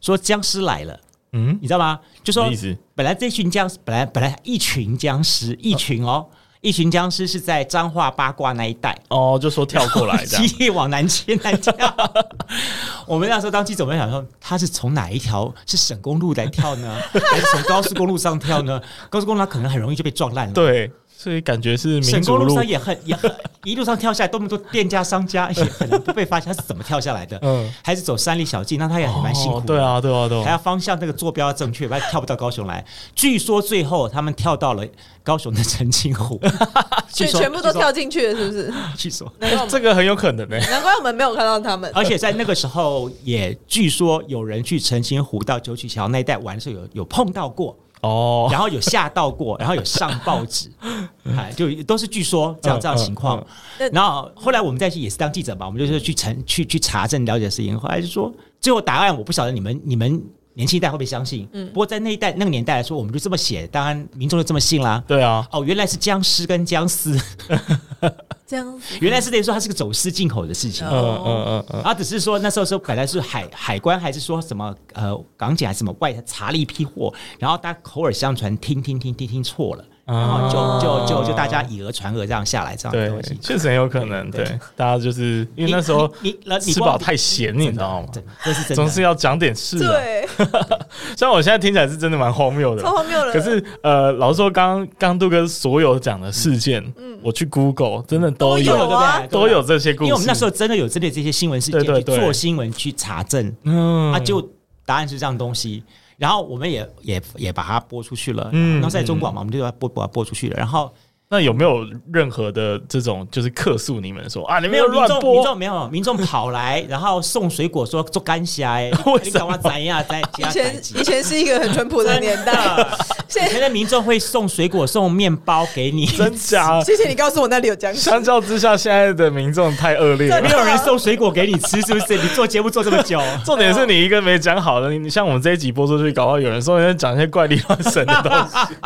S3: 说僵尸来了，
S1: 嗯，
S3: 你知道吗？就
S1: 什
S3: 说
S1: 么意思？
S3: 本来这群僵尸，本来本来一群僵尸，一群哦，一群僵尸是在彰化八卦那一带
S1: 哦，就说跳过来这样
S3: 激。烈往南迁南跳。 我们那时候当记者，我们想说他是从哪一条是省公路来跳呢，还是从高速公路上跳呢？高速公路它可能很容易就被撞烂了。
S1: 对，所以感觉是民
S3: 省
S1: 族
S3: 公路
S1: 路
S3: 上。也很也很一路上跳下来，多么多店家商家也很难不被发现他是怎么跳下来的，
S1: 嗯
S3: 还是走山里小径，那他也很蛮辛苦
S1: 哦
S3: 的。
S1: 对啊，对啊，对
S3: 还要
S1: 啊。
S3: 方向那个坐标要正确，不然跳不到高雄来。据说最后他们跳到了高雄的澄 清湖，据
S2: 全
S3: 说
S2: 全部都跳，进去了，是不是？
S3: 据说。
S2: 难怪我
S1: 这
S2: 们
S1: 个很有可能呢、
S2: 难怪我们没有看到他们。
S3: 而且在那个时候，也据说有人去澄清湖到九曲桥那一带玩的时候有，有碰到过，
S1: 哦，
S3: 然后有吓到过，然后有上报纸，哎，就都是据说这样这样情况。
S2: 嗯嗯
S3: 然后后来我们再去也是当记者嘛，我们就是去查去去查证了解事情，后来就说最后答案我不晓得你们你们。年轻一代会不会相信？不过在那一代那个年代来说，我们就这么写，当然民众就这么信啦。
S1: 对啊，
S3: 哦，原来是僵尸跟僵尸，
S2: 这样子，哦
S3: 原来是等于说它是个走私进口的事情。
S1: 嗯嗯嗯嗯，
S3: 啊，只是说那时候说本来是海海关还是说什么呃港警还是什么外查了一批货，然后大家口耳相传，听听听听听错了，然后嗯就就
S2: 哦
S3: 就就大家以讹传讹这样下来这样的
S1: 对
S3: 东西，。
S1: 确实很有可能。对
S3: 对，
S1: 大家就是因为那时候
S3: 你你你
S1: 吃饱太闲，你知道吗？
S3: 真的这是真的，
S1: 总是要讲点事啊。
S2: 对，
S1: 虽然我现在听起来是真的蛮荒谬的
S2: 超
S1: 啦，
S2: 荒谬了。
S1: 可是呃，老实说，刚刚刚杜哥所有讲的事件，
S3: 嗯
S1: 我去 Google 真的
S2: 都
S1: 都哦有
S2: 有
S3: 对不
S2: 啊
S3: 对？
S1: 都有这些故
S3: 因
S1: 事。
S3: 为我们那时候真的有针对这些新闻事件
S1: 对对
S3: 去
S1: 对
S3: 做新闻去查证，
S1: 嗯
S3: 啊，就答案是这样东西。然后我们也也也把它播出去了，
S1: 嗯
S3: 然后在中广嘛，我们就把它播把它播出去了。然后
S1: 那有没有任何的这种就是客诉你们说啊，你们有
S3: 民
S1: 乱
S3: 众民
S1: 播？
S3: 众没有民众跑来，然后送水果说做干虾哎，
S1: 为
S3: 你
S1: 什
S3: 干嘛怎样在
S2: 以
S3: 家
S2: 前
S3: 宰鸡
S2: 以前是一个很淳朴的年代， 现
S3: 以前的民众会送水果、送面包给你，
S1: 真假？
S2: 谢谢你告诉我那里有僵尸。
S1: 相较之下，现在的民众太恶劣了
S3: 没。有人送水果给你吃，是不是？你做节目做这么 久，
S1: 重点是你一个没讲好的，你你像我们这一集播出去，搞不好有人说人家讲一些怪力乱神的东 西，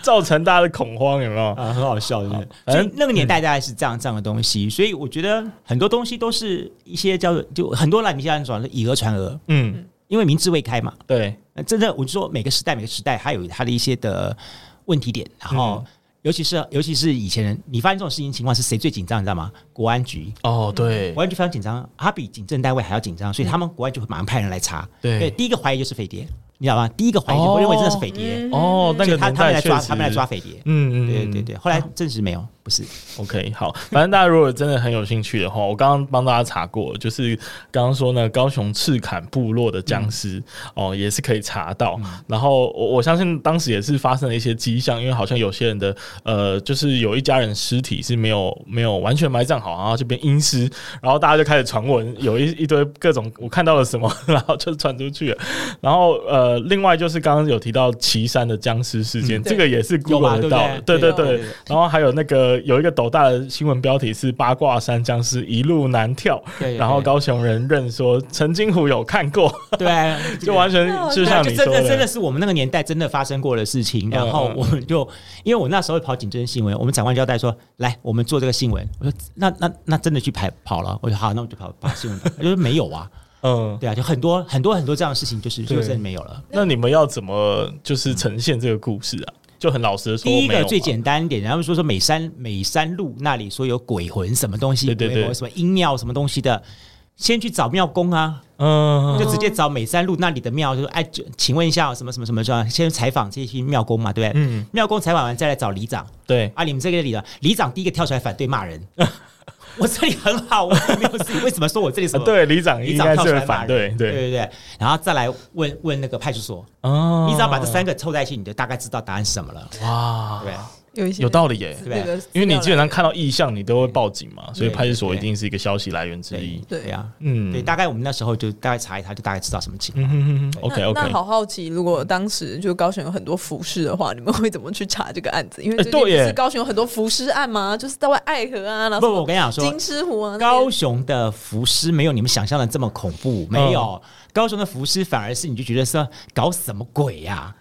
S1: 造成大家的恐慌，有没有？
S3: 啊，很好笑，真的。
S1: 反
S3: 所
S1: 正
S3: 以那个年代大概是这样这样的东西，所以我觉得很多东西都是一些叫做就很多烂泥像讲的以讹传讹，
S1: 嗯，
S3: 因为明知未开嘛。
S1: 对，
S3: 那真的，我就说每个时代每个时代它有它的一些的呃问题点，然后。
S1: 嗯
S3: 尤其是尤其是以前人，你发现这种事情情况是谁最紧张？你知道吗？国安局，
S1: 哦，对
S3: 国，安局非常紧张，它啊比警政单位还要紧张，所以他们国安局会马上派人来查。
S1: 对
S3: 第一个怀疑就是匪谍，你知道吗？第一个怀疑就会认为真的是匪谍，
S2: 嗯
S1: 哦，那
S3: 所以
S1: 个
S3: 他
S1: 年
S3: 他们
S1: 代
S3: 来
S1: 确
S3: 抓
S1: 实，
S3: 他们来抓，匪谍。
S1: 嗯
S3: 对对对，后来证实没有，不是
S1: OK，好，反正大家如果真的很有兴趣的话，我刚刚帮大家查过了，就是刚刚说呢，高雄赤坎部落的僵尸、哦，也是可以查到。然后我我相信当时也是发生了一些迹象，因为好像有些人的呃，就是有一家人尸体是没有没有完全埋葬好，然后就变阴尸，然后大家就开始传闻，有一一堆各种我看到了什么， 然后就传出去了。然后呃，另外就是刚刚有提到岐山的僵尸事件，
S2: 嗯
S1: 这个也是
S3: 有
S1: Google
S3: 吧
S1: 得
S3: 对不
S1: 到
S3: 对
S1: 的，对对
S2: 对
S1: 对
S3: 对。
S1: 然后还有那个有一个斗大的新闻标题是“八卦山僵尸一路难跳”，
S3: 对对
S1: 然后高雄人认说陈金虎有看过，
S3: 对，啊
S1: 就完全
S2: 对
S1: 就
S3: 对啊
S1: 像
S3: 就
S1: 你说
S3: 真的真
S1: 的，
S3: 的是我们那个年代真的发生过的事情。然后
S1: 嗯
S3: 我们就因为我那时候跑警政新闻，我们长官交代说，来我们做这个新闻。我说那那那真的去排跑了，我说好，那我就跑跑 新闻吧。他就说没有啊，
S1: 嗯。
S3: 对啊，就很多很多很多这样的事情，就是
S1: 对
S3: 就真的没有了。
S1: 那你们要怎么就是呈现这个故事啊？就很老实的说，
S3: 第一
S1: 没有
S3: 个
S1: 嘛
S3: 最简单一点，然后说说美山美山路那里说有鬼魂什么东西，
S1: 对对对
S3: 鬼魂什么阴庙什么东西的，先去找庙公啊，
S1: 嗯，
S3: 就直接找美山路那里的庙，就说哎，就请问一下什么什么什么，就先采访这些庙公嘛，对不对？
S1: 嗯，
S3: 庙公采访完再来找里长
S1: 对，
S3: 啊，你们这个里长，里长第一个跳出来反对骂人， 我这里很好，我这里没有事情，为什么说我这里什
S1: 啊
S3: 么？
S1: 对，里长
S3: 里
S1: 应
S3: 长
S1: 该
S3: 跳
S1: 是
S3: 出
S1: 会
S3: 来骂
S1: 反
S3: 人
S1: 对，
S3: 对
S1: 对，
S3: 对对，然后再来问问那个派出所，
S1: 哦
S3: 你只要把这三个凑在一起，你就大概知道答案是什么了，
S1: 哇
S3: 对，不对？
S2: 有一些
S1: 有道理耶、
S3: 对不对
S2: 那个
S1: 因为你
S2: 资
S1: 基本
S2: 料来
S1: 上看到异象，你都会报警嘛，所以派出所
S3: 对
S1: 一
S3: 对
S1: 定是一个消息来源之一。
S2: 对
S3: 对啊，
S1: 嗯，
S3: 对，大概我们那时候就大概查一查，就大概知道什么情况。
S1: 嗯哼哼哼
S2: 那
S1: ，OK
S2: 那
S1: OK。
S2: 好好奇，如果当时就高雄有很多浮尸的话，你们会怎么去查这个案子？因为
S1: 哎
S2: 最近不
S1: 对耶
S2: 是高雄有很多浮尸案吗？就是在外爱河啊，然
S1: 嗯
S3: 不，
S2: 后
S3: 我
S2: 什么
S3: 跟你讲说，
S2: 金狮湖啊，
S3: 高雄的浮尸没有你们想象的这么恐怖，没
S1: 哦
S3: 有。高雄的浮尸反而是你就觉得说搞什么鬼呀、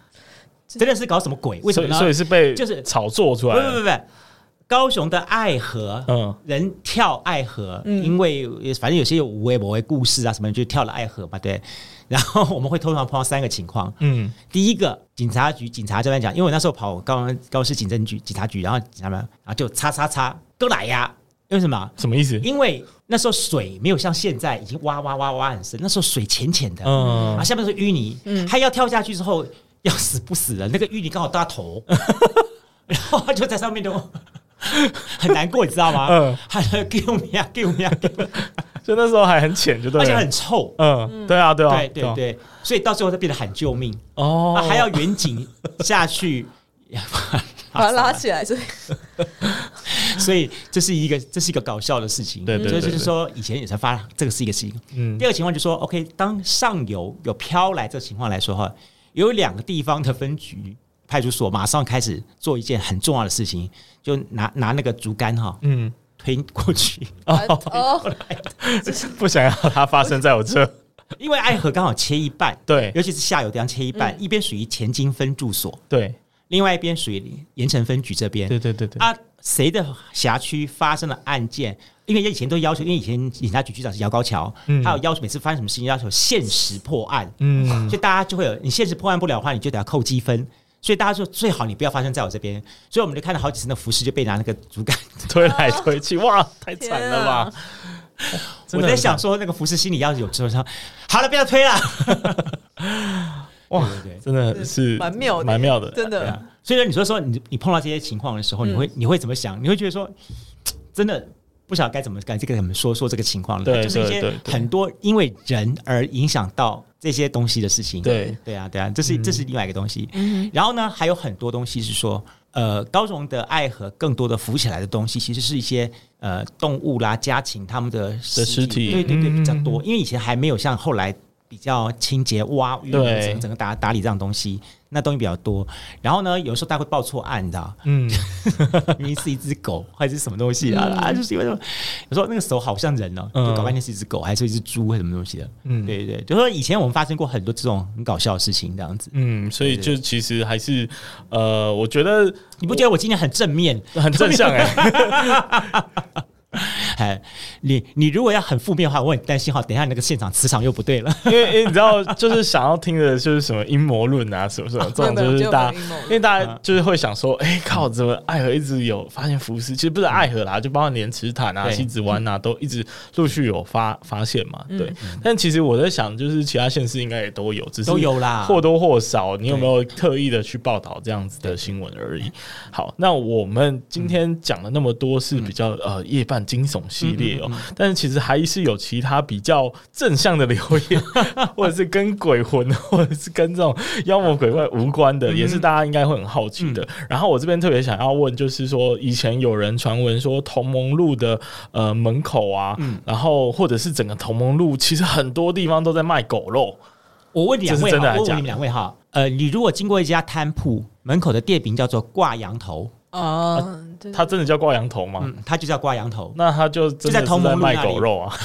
S3: 真的是搞什么鬼？为什
S1: 所
S3: 么
S1: 以
S3: 呢？
S1: 所以是被
S3: 就是
S1: 炒作出
S3: 不
S1: 来
S3: 不
S1: 的，
S3: 不不，高雄的爱河，
S1: 嗯
S3: 人跳爱河，因为反正有些有无微不微故事啊什么，就跳了爱河嘛，对。然后我们会通常碰到三个情况，
S1: 嗯
S3: 第一个，警察局警察这边讲，因为我那时候跑高高市警政局警察局，然后警察们，然后就叉叉叉都来呀，为什么？
S1: 什么意思？
S3: 因为那时候水没有像现在已经挖挖挖挖很深，那时候水浅浅的，
S1: 嗯
S3: 啊，，下面是淤泥，他要跳下去之后要死不死的，那个淤泥刚好到 他头，然后他就在上面就 很难过，你知道吗？
S1: 嗯
S3: 嗯，他就救命啊，救 命啊，救命啊
S1: 就那时候还很浅，就对
S3: 而且
S1: 了，
S3: 很臭，
S1: 嗯，对啊，对啊，
S3: 对对
S1: 啊，
S3: 对，所以到最后他变得喊救命，
S1: 哦
S3: 啊，，还要远景下去。
S2: 把它拉起来，所以
S3: 所以这是一个这是一个搞笑的事情，
S1: 对对对
S3: 所以就
S1: 对
S3: 是说以前也才发这个是一个事情。
S1: 嗯
S3: 第二个情况就是说，OK，当上游有飘来这个情况来说哈，有两个地方的分局派出所马上开始做一件很重要的事情，就拿拿那个竹竿哈
S1: 嗯，
S3: 推过去，
S2: 哦，
S1: 不想要它发生在我 这，
S3: 因为爱河刚好切一半，
S1: 对
S3: 尤其是下游地方切一半，一边属于前金分驻所，
S1: 对
S3: 另外一边属于盐城分局这边。
S1: 对对对对，
S3: 啊，谁的辖区发生了案件？因为以前都要求，因为以前警察局局长是姚高桥，
S1: 嗯
S3: 他有要求每次发生什么事情要求限时破案，
S1: 嗯
S3: 所以大家就会有你限时破案不了的话，你就得要扣积分。所以大家说最好你不要发生在我这边，所以我们就看到好几次那浮尸就被拿那个竹竿。
S1: 推来推去，哇，太惨了吧！ 真
S3: 啊我
S1: 的很
S3: 在
S1: 惨
S3: 想说，那个浮尸心里要有受伤，好了，不要推了。
S1: 哇
S3: 对对对，
S1: 真的是
S2: 蛮妙的，
S1: 蛮妙的，
S2: 真
S3: 对
S2: 的
S3: 啊。所以说，你说说你你碰到这些情况的时
S1: 嗯
S3: 候，你会你会怎么想？你会觉得说，真的不晓得该怎么该这个怎么说说这个情况了，
S1: 对
S3: 就是一
S1: 对
S3: 些
S1: 对对
S3: 很多因为人而影响到这些东西的事情。
S1: 对嗯
S3: 对啊对啊，这是这是另外一个东西。然后呢，还有很多东西是说，呃，高雄的爱和更多的浮起来的东西，其实是一些呃动物啦、家禽他们的
S1: 尸体
S3: 对对对，
S1: 嗯
S3: 比较多，因为以前还没有像后来。比较清洁、挖鱼、
S1: 对
S3: 整个整个打打理这样东西，那东西比较多。然后呢，有时候大家会报错案，你知道，
S1: 嗯，
S3: 明明是一只狗还是什么东西啊？啊，就是因为什么有时候那个手好像人哦、
S1: 嗯
S3: 就搞半天是一只狗，还是一只猪，还是什么东西的。
S1: 嗯
S3: 嗯，对对，就说以前我们发生过很多这种很搞笑的事情，这样子。
S1: 嗯，所以就其实还是呃，我觉得 欸
S3: 你不觉得我今天很正面？
S1: 很正向哎、
S3: 哎，你你如果要很负面的话，我很担心哈，等一下那个现场磁场又不对了。
S1: 因为因为你知道，就是想要听的就是什么阴谋论啊，什么什么，这种
S2: 没有
S1: 就
S2: 没
S1: 是
S2: 有
S1: 大家
S2: 没有阴谋，论
S1: 因为大家就是会想说，哎、靠，怎么爱河一直有发现浮尸？其实不是爱河啦，就包括连池潭啊、
S3: 对
S1: 西子湾啊，都一直陆续有发发现嘛。
S2: 嗯
S1: 对，但其实我在想，就是其他县市应该也都有，只是
S3: 都有啦
S1: 或多或少，你有没有特意的去报道这样子的新闻而已？好，那我们今
S3: 嗯
S1: 天讲了那么多是比较、呃夜半惊悚系列
S3: 嗯
S1: 哦，但是其实还是有其他比较正向的留 言，或者是跟鬼魂，或者是跟这种妖魔鬼怪无关
S3: 嗯
S1: 的，也是大家应该会很好奇的。然后我这边特别想要问，就是说以前有人传闻说同盟路的呃门口啊，
S3: 嗯
S1: 然后或者是整个同盟路，其实很多地方都在卖狗肉。
S3: 我问 两
S1: 这是
S3: 位
S1: 真的
S3: 哈，
S1: 还
S3: 我
S1: 是
S3: 问
S1: 假
S3: 你
S1: 的
S3: 们两位哈，呃，你如果经过一家摊铺，门口的店名叫做挂羊头，
S2: 哦，对
S1: 它真的叫挂羊头吗？
S3: 嗯，它就叫挂羊头。
S1: 那他就真的
S3: 就在同
S1: 是在
S3: 盟路那里
S1: 卖狗肉啊。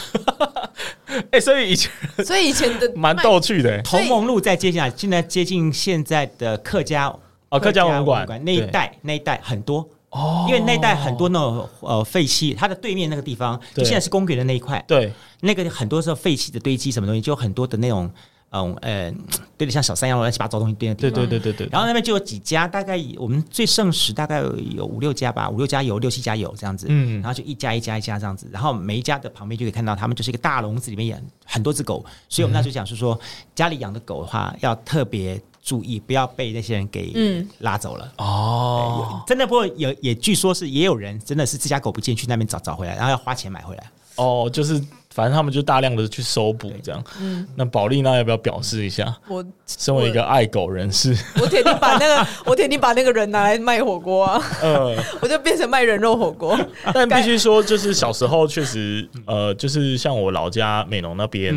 S1: 哎、所以以前
S2: 所以以前的
S1: 蛮
S2: 卖
S1: 逗趣的、欸。
S3: 同盟路在接下来，现在接近现在的客家
S1: 哦，客家文馆
S3: 那一
S1: 对
S3: 带那一带很多，
S1: 哦，
S3: 因为那一带很多那种呃废弃，它的对面那个地方，就
S1: 对
S3: 现在是公园的那一块，
S1: 对
S3: 那个很多时候废弃的堆积什么东西，就有很多的那种，嗯呃，对的像小山羊乱七八糟东西堆的地
S1: 对
S3: 方。
S1: 对对对对，
S3: 然后那边就有几家，大概我们最盛时大概有五六家吧，五六家有六七家有这样子，
S1: 嗯
S3: 然后就一家一家一家这样子，然后每一家的旁边就可以看到他们就是一个大笼子里面养很多只狗，所以我们那时候讲
S1: 嗯
S3: 是说，家里养的狗的话要特别注意，不要被那些人给
S2: 嗯
S3: 拉走了。
S1: 哦
S3: 真的不过有也据说是也有人真的是自家狗不见去那边找找回来，然后要花钱买回来。
S1: 哦，就是反正他们就大量的去搜捕这样。
S2: 嗯
S1: 那宝丽娜要不要表示一下？
S2: 我
S1: 身为一个爱狗人士，
S2: 我铁定把那个我铁定把那个人拿来卖火锅啊，
S1: 呃，
S2: 我就变成卖人肉火锅。
S1: 但必须说，就是小时候确实，
S3: 嗯
S1: 呃，就是像我老家美浓那边，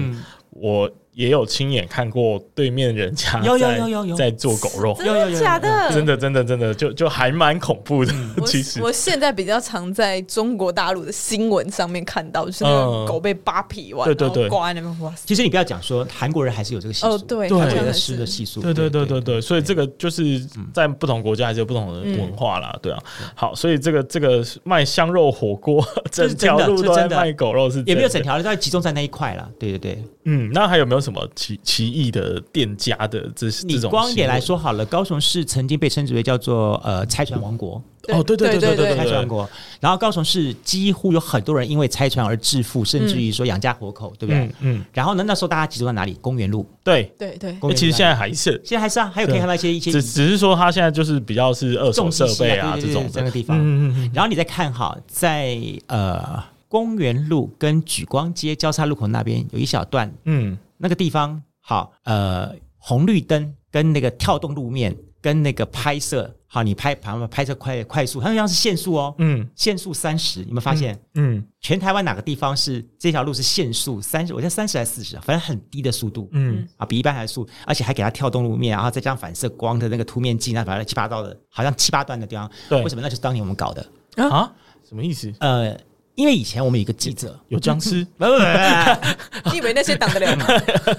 S1: 我也有亲眼看过对面人家
S3: 有有
S1: 在
S3: 有有有
S1: 在做狗肉，
S3: 有有有有有
S2: 假的？
S1: 真。的真的真的，就就还蛮恐怖的。
S3: 嗯
S2: 我
S1: 其实
S2: 我现在比较常在中国大陆的新闻上面看到，就是那个
S1: 嗯
S2: 狗被扒皮完，
S1: 对对对
S2: 然后挂在那边，哇塞！
S3: 其实你不要讲说韩国人还是有这个习俗，
S2: 哦对
S1: 对
S3: 韩国
S1: 好
S3: 人
S1: 像
S3: 的
S2: 是
S3: 吃的习俗，
S1: 对对对对对，嗯所以这个就是在不同国家还是有不同的
S2: 嗯
S1: 文化啦，对啊。好，所以这个这个卖香肉火锅，
S3: 这
S1: 整
S3: 是
S1: 条
S3: 真的
S1: 路
S3: 这
S1: 都在
S3: 真的
S1: 卖狗肉，是
S3: 也没有
S1: 真
S3: 整
S1: 的
S3: 条，大概集中在那一块了。对对对，
S1: 嗯，那还有没有什么奇奇异的店家的这
S3: 你
S1: 这种？
S3: 光一点来，说好了，高雄市曾经被称之为叫做呃拆船王国，
S1: 哦对对
S2: 对
S1: 对对
S2: 对
S3: 拆船王国。然后高雄市几乎有很多人因为拆船而致富，甚至于说养家活口，对不对
S1: 嗯？嗯，
S3: 然后呢，那时候大家集中在哪里？公园路，
S1: 对。
S2: 对对
S3: 公
S1: 欸
S3: 园路
S1: 其实现
S3: 那里
S1: 在还是，
S3: 哎现在还是啊，还有可以
S1: 对
S3: 看到一些一些
S1: 只只是说他现在就是比较是二手
S3: 重
S1: 设
S3: 机
S1: 备
S3: 啊
S1: 啊
S3: 对
S1: 这
S3: 对对
S1: 种
S3: 这样
S1: 的
S3: 的地方。
S1: 嗯嗯
S3: 然后你再看哈，在呃公园路跟举光街交叉路口那边有一小段
S1: 嗯
S3: 那个地方，好呃红绿灯跟那个跳动路面跟那个拍摄，好你拍旁拍摄快快速，它好像是限速哦，
S1: 嗯
S3: 限速三十，你有没有发现？
S1: 嗯
S3: 全台湾哪个地方是这条路是限速三十？我记得三十还是四十，啊反正很低的速度。
S1: 嗯
S3: 啊，比一般还速，而且还给它跳动路面，然后再加上反射光的那个凸面镜，那反正七八道的，好像七八段的地方。
S1: 对
S3: 为什么？那就是当年我们搞的。
S1: 嗯啊，什么意思？
S3: 呃，因为以前我们有一个记者，
S1: 有僵 尸？
S3: 不不不不
S2: 你以为那些挡得了吗？
S3: 不，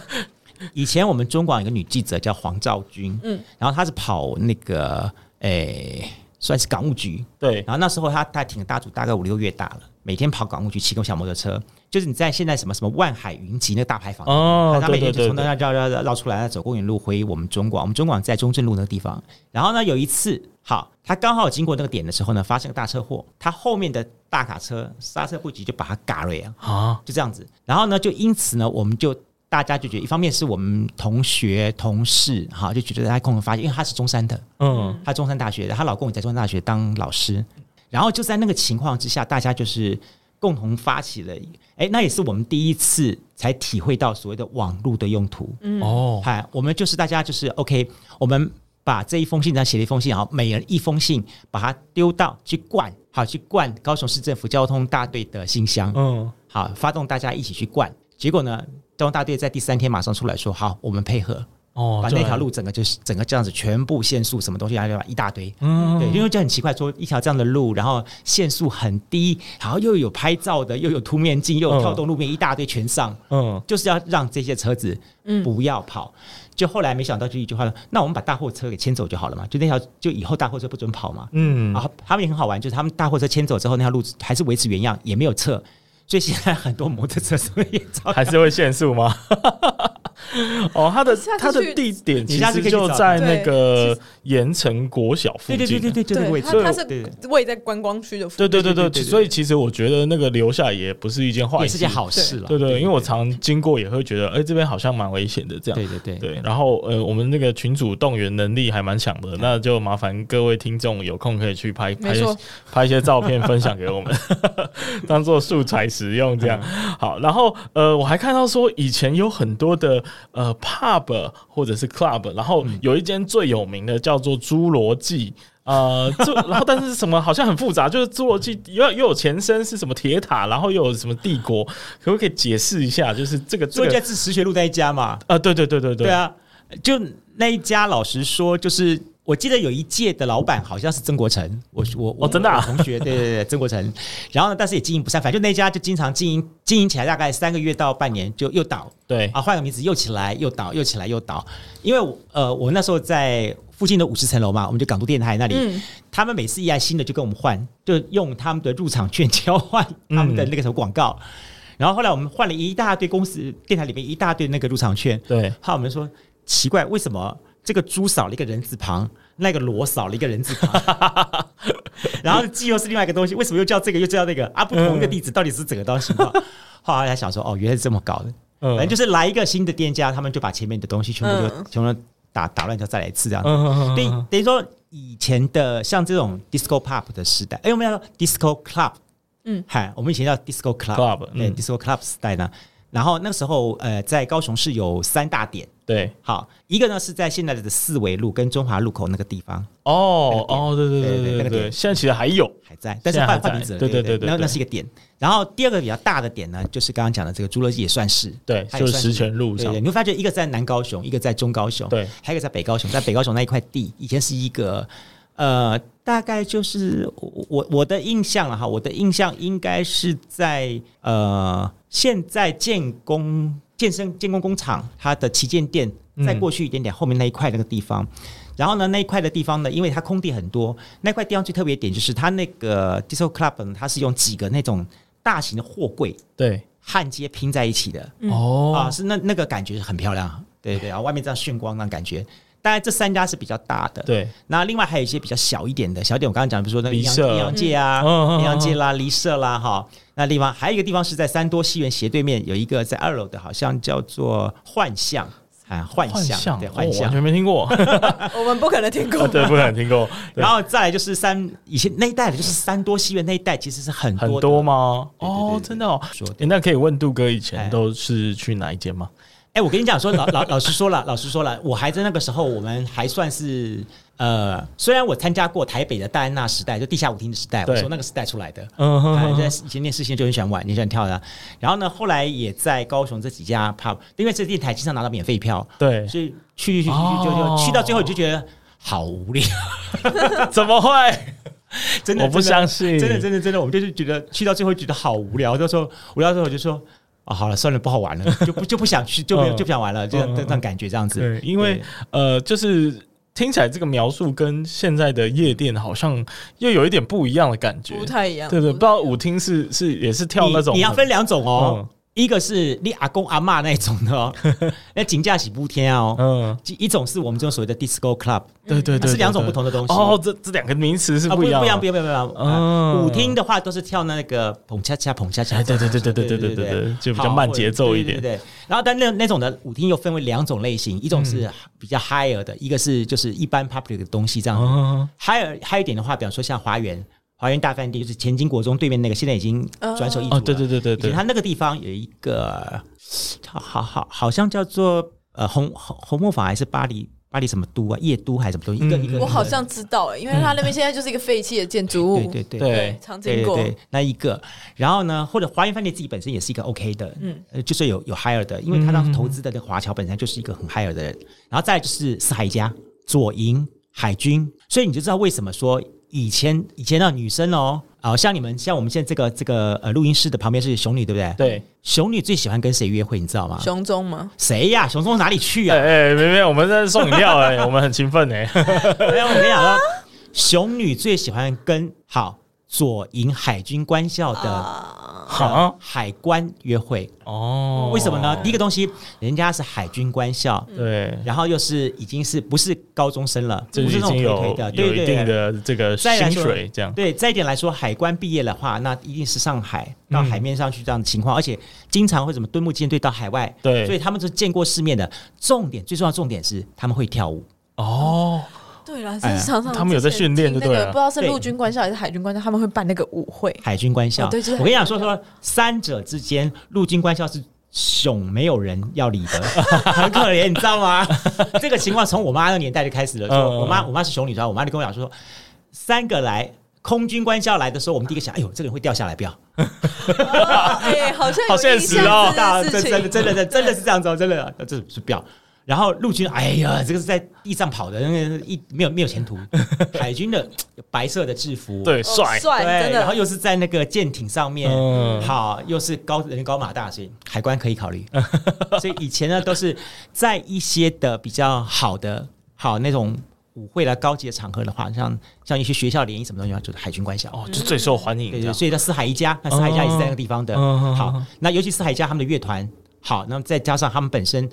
S3: 以前我们中广有个女记者叫黄兆君，嗯
S2: 嗯，
S3: 然后她是跑那个诶、算是港务局，
S1: 对，
S3: 然后那时候她她挺大组，大概五六月大了，每天跑港务局，骑个小摩托车，就是你在现在什么什么万海云集那个大牌坊。
S1: 哦，
S3: 他
S1: 对
S3: 每
S1: 对
S3: 天就
S1: 对
S3: 从
S1: 对，
S3: 那绕绕绕绕出来，再走公园路回我们中广。我们中广在中正路那个地方。然后呢，有一次，好，他刚好经过那个点的时候呢，发生个大车祸，他后面的大卡车刹车不及，就把他嘎了呀。
S1: 啊，
S3: 就这样子。然后呢，就因此呢，我们就大家就觉得，一方面是我们同学同事哈，就觉得他共同发现，因为他是中山的，
S1: 嗯
S3: 他中山大学的，她老公也在中山大学当老师。然后就在那个情况之下，大家就是共同发起了，哎，那也是我们第一次才体会到所谓的网络的用途。
S2: 嗯
S1: 哦，
S3: 嗨、我们就是大家就是 OK，我们把这一封信，然后写了一封信，然后每人一封信，把它丢到去灌，好去灌高雄市政府交通大队的信箱。
S1: 嗯，
S3: 好，发动大家一起去灌。结果呢，交通大队在第三天马上出来说，好，我们配合，
S1: 哦
S3: 把那条路整个就是整个这样子全部限速，什么东西啊一大堆。嗯，对，因为就很奇怪，说一条这样的路，然后限速很低，然后又有拍照的，又有凸面镜，又有跳动路面，一大堆全上。
S1: 嗯，
S3: 就是要让这些车子不要跑。就后来没想到就一句话了，那我们把大货车给牵走就好了嘛，就那条就以后大货车不准跑嘛。
S1: 嗯，
S3: 啊，他们也很好玩，就是他们大货车牵走之后，那条路还是维持原样，也没有撤。所以现在很多摩托车是会也照
S1: 还是会限速吗？ 哦，它的
S2: 下次
S1: 它的
S2: 去
S1: 地点其
S3: 你下次
S1: 实
S3: 可以去
S1: 就
S3: 找
S1: 在
S2: 它
S1: 那
S2: 对
S1: 个盐城国小附
S3: 对
S1: 近。
S3: 对对对对，就那个位
S2: 对，
S3: 置
S2: 它，它
S3: 对对
S2: 是位在观光区的附
S1: 对
S2: 近，
S1: 对对
S3: 对
S1: 对
S3: 对对对
S1: 所以其实我觉得那个留下也不是一件坏事，
S3: 也是件好事了。
S1: 对对，因为我常经过也会觉得，哎、这边好像蛮危险的这样。
S3: 对对对
S1: 对，嗯然后呃，我们那个群主动员能力还蛮强的，那就麻烦各位听众有空可以去拍拍
S2: 没错
S1: 拍一些照片分享给我们， 当做素材使用这样。 好，然后呃，我还看到说以前有很多的呃 pub 或者是 club，然后有一间最有名的叫做侏罗纪。呃，就然后但是什么好像很复杂，就是侏罗纪又又有前身是什么铁塔，然后又有什么帝国，可不可以解释一下？就是这个这
S3: 所以
S1: 个
S3: 在是石学路那一家嘛，
S1: 啊，对对对对对
S3: 对，啊，就那一家，老实说，就是我记得有一届的老板好像是曾国成，我我我、
S1: 哦真的啊
S3: 我同学，对对对，曾国成。然后呢，但是也经营不善，反正就那一家就经常经营经营起来，大概三个月到半年就又倒
S1: 对
S3: 啊，换个名字又起来又倒，又起来又倒。因为我呃，我那时候在附近的五十层楼嘛，我们就港都电台那里，
S2: 嗯
S3: 他们每次一来新的就跟我们换，就用他们的入场券交换他们的那个什么广告。然后后来我们换了一大堆公司电台里面一大堆那个入场券，
S1: 对，
S3: 怕我们说奇怪，为什么这个猪少了一个人字旁，那个罗少了一个人字旁， 然后鸡又是另外一个东西，为什么又叫这个又叫那个啊？不同一个地址到底是整个东西吗？后来才想说，哦，原来是这么搞的。
S1: 嗯
S3: 反正就是来一个新的店家，他们就把前面的东西全部就、
S2: 嗯
S3: 全部都打打乱，就再来一次这样子。
S1: 嗯
S3: 对，等于说以前的像这种 disco pub 的时代，哎、我们要说 disco club，
S2: 嗯
S3: 嗨，我们以前叫 disco club，,
S1: Club，
S3: 对、
S1: 嗯
S3: disco club 时代呢。然后那个时候，呃，在高雄市有三大点，
S1: 对，
S3: 好，一个呢是在现在的四维路跟中华路口那个地方
S1: 哦
S3: 那个点
S1: 哦，对对
S3: 对
S1: 对
S3: 对
S1: 对
S3: 那
S1: 对
S3: 个
S1: 对，
S3: 点
S1: 现在其实还有，
S3: 还在，但是
S1: 现在还
S3: 换
S1: 在
S3: 换名字了，
S1: 对
S3: 对
S1: 对对对
S3: 那
S1: 对
S3: 那是一个点。然后第二个比较大的点呢，就是刚刚讲的这个侏罗纪也算是，
S1: 对，
S3: 它也
S1: 就是
S3: 算
S1: 石泉路
S3: 对
S1: 上
S3: 对，，你会发觉一个在南高雄，一个在中高雄，
S1: 对
S3: 还有一个在北高雄。在北高雄那一块地，以前是一个呃，大概就是我我我的印象了哈，我的印象应该是在呃，现在建工健身建工工厂它的旗舰店，再过去一点点后面那一块那个地方。然后呢，那一块的地方呢，因为它空地很多，那块地方最特别的点就是它那个 disco club，呢它是用几个那种大型的货柜
S1: 对，
S3: 焊接拼在一起的，
S2: 嗯
S3: 啊，
S1: 哦，
S3: 是那那个感觉很漂亮，对对，然后外面这样炫光那种感觉。当然，这三家是比较大的，。
S1: 对，
S3: 那另外还有一些比较小一点的，小一点我刚刚讲，比如说那个
S1: 离
S3: 阴阳
S1: 社
S3: 阴阳界啊、
S1: 嗯嗯嗯嗯嗯
S3: 阴阳界啦、离社啦，哈。那地方还有一个地方是在三多西园斜对面有一个在二楼的，好像叫做幻象啊，幻
S1: 幻
S3: 象
S1: 象，
S3: 对
S1: 哦
S3: 幻象
S1: 完。全没听 过，
S2: 我们不可能听过
S1: 啊。对，不敢听过，对
S3: 然后再来就是三以前那一代的，就是三多西园那一带，其实是很
S1: 很
S3: 多
S1: 多
S3: 多
S1: 吗？
S3: 对对
S1: 哦
S3: 对，对
S1: 真的哦
S3: 说的，
S1: 诶那可以问杜哥以前
S3: 哎
S1: 都是去哪一间吗？
S3: 哎、我跟你讲说，老老老实说了，老实说了，我还在那个时候，我们还算是呃，虽然我参加过台北的戴安娜时代，就地下舞厅的时代，
S1: 对
S3: 我从那个时代出来的。
S1: 嗯哼
S3: 哎
S1: 哼
S3: 在
S1: 哼，
S3: 以前念视线就很喜欢玩，很喜欢跳的。然后呢，后来也在高雄这几家 pub，因为这电台经常拿到免费票，
S1: 对，
S3: 所以去去去去就
S1: 哦
S3: 就去到最后，你就觉得好无聊，
S1: 怎么会？
S3: 真的，
S1: 我不
S3: 真的
S1: 相信，
S3: 真的真的真的，我们就是觉得去到最后觉得好无聊，到时候无聊之后我就说啊，好了，算了，不好玩了，就不就不想去，就没有
S1: 嗯
S3: 就不想玩了，这样
S1: 嗯嗯
S3: 这样感觉这样子。
S1: 对，因为呃，就是听起来这个描述跟现在的夜店好像又有一点不一样的感觉，
S2: 不太一样，
S1: 对对，不
S2: 不
S1: 知道舞厅是是也是跳那种
S3: 你，你要
S1: 很
S3: 分两种哦
S1: 嗯，
S3: 一个是你阿公阿嬷那一种的 哦，那井架洗不天哦，
S1: 嗯，
S3: 一种是我们这种所谓的 disco club，
S1: 对对对，
S3: 是两
S1: 对
S3: 种
S1: 对
S3: 不同的东西
S1: 哦，这这两个名词是
S3: 啊，
S1: 不一样，哦
S3: 不一样，不一样，不一样。啊
S1: 嗯
S3: 舞厅的话都是跳那个捧恰恰捧恰恰，
S1: 哎对对对对对对对对对就比较慢节奏一点嗯
S3: 好对对对。对然后但那那种的舞厅又分为两种类型，一种是比较 higher 的，一个是就是一般 public 的东西这样子。
S1: 哦，
S3: higher higher 一点的话，比方说像华园。华园大饭店就是前金国中对面那个，现在已经转手易主了。
S1: 哦对对对对对
S3: 啊以前它那个地方有一个，好好好，好像叫做呃红红红磨坊还是巴黎巴黎什么都啊，夜都还是什么东西，一个
S1: 嗯
S3: 一个，
S2: 我好像知道欸了，因为它那边现在就是一个废弃的建筑物，
S3: 嗯对对对
S1: 对
S2: 常经
S3: 对对
S2: 过，
S3: 对，那一个，然后呢，或者华园饭店自己本身也是一个 OK 的，嗯，呃、就是有有 hire 的，因为他
S1: 嗯
S3: 当时投资的那个华侨本身就是一个很 hire 的人，然后再来就是四海一家、左营、海军，所以你就知道为什么说以前以前的女生哦，啊、像你们像我们现在这个这个呃录音室的旁边是熊女，对不对？，
S1: 对，
S3: 熊女最喜欢跟谁约会，你知道吗？
S2: 熊中吗？
S3: 谁呀、熊中哪里去
S1: 哎
S3: 啊？
S1: 哎，没没，我们在送饮料哎，我们很勤奋 哎，
S3: 没有，我跟你讲说，熊女最喜欢跟好左营海军官校的呃
S2: 啊，
S1: 好
S3: 海关约会。
S1: 哦，
S3: 为什么呢？第一个东西，人家是海军官校，
S2: 嗯
S1: 对，
S3: 然后又是已经是不是高中生了，
S1: 这
S3: 不是
S1: 已
S3: 那种
S1: 经
S3: 推
S1: 有
S3: 推的，对
S1: 有
S3: 对
S1: 一定的这个
S3: 再来
S1: 薪
S3: 说
S1: 水这样，
S3: 对，再一点来说，海关毕业的话，那一定是上海到
S1: 嗯
S3: 海面上去这样的情况，而且经常会什么敦睦舰队到海外，
S1: 对
S3: 所以他们是见过世面的。重点最重要的重点是他们会跳舞，
S1: 哦，
S2: 对啦，
S3: 哎
S2: 是常常
S1: 他们有在训练就对
S3: 啊
S2: 那个
S1: 了
S2: 不知道是陆军官校还是海军官校，他们会办那个舞 会，
S3: 海军官校。
S2: 哦对就是海军
S3: 我跟你讲说说，三者之间，陆军官校是。熊没有人要理 的，很可怜，你知道吗？ 这个情况从我妈那个年代就开始了。
S1: 嗯嗯
S3: 说我妈，我妈是熊女，知道吗？我妈就跟我讲说，三个来空军官校来的时候，我们第一个想，哎呦，这个人会掉下来，不要。
S2: 哦哎，好像有
S1: 好现实哦
S2: 印象这件事
S3: 真真的
S2: 情
S3: 真 的真的真的是这样子哦，真的这是不要。然后陆军，哎呀，这个是在地上跑的，那个一没有没有前途。海军的白色的制服，
S1: 对，
S2: 哦
S1: 帅，
S2: 帅，真
S3: 对，然后
S2: 的
S3: 又是在那个舰艇上面，
S1: 嗯
S3: 好，又是高人高马大，所以海关可以 考虑。所以以前呢，都是在一些的比较好的好那种舞会啦、高级的场合的话，像像一些学校联谊什么东西啊，就是海军官校。
S1: 哦，就最受欢迎
S3: 对
S1: 这
S3: 对，
S1: 样，
S3: 所以在四海一家，那四海一家也是在那个地方的。
S1: 嗯嗯嗯嗯
S3: 好，那尤其四海一家他们的乐团，好，那么再加上他们本身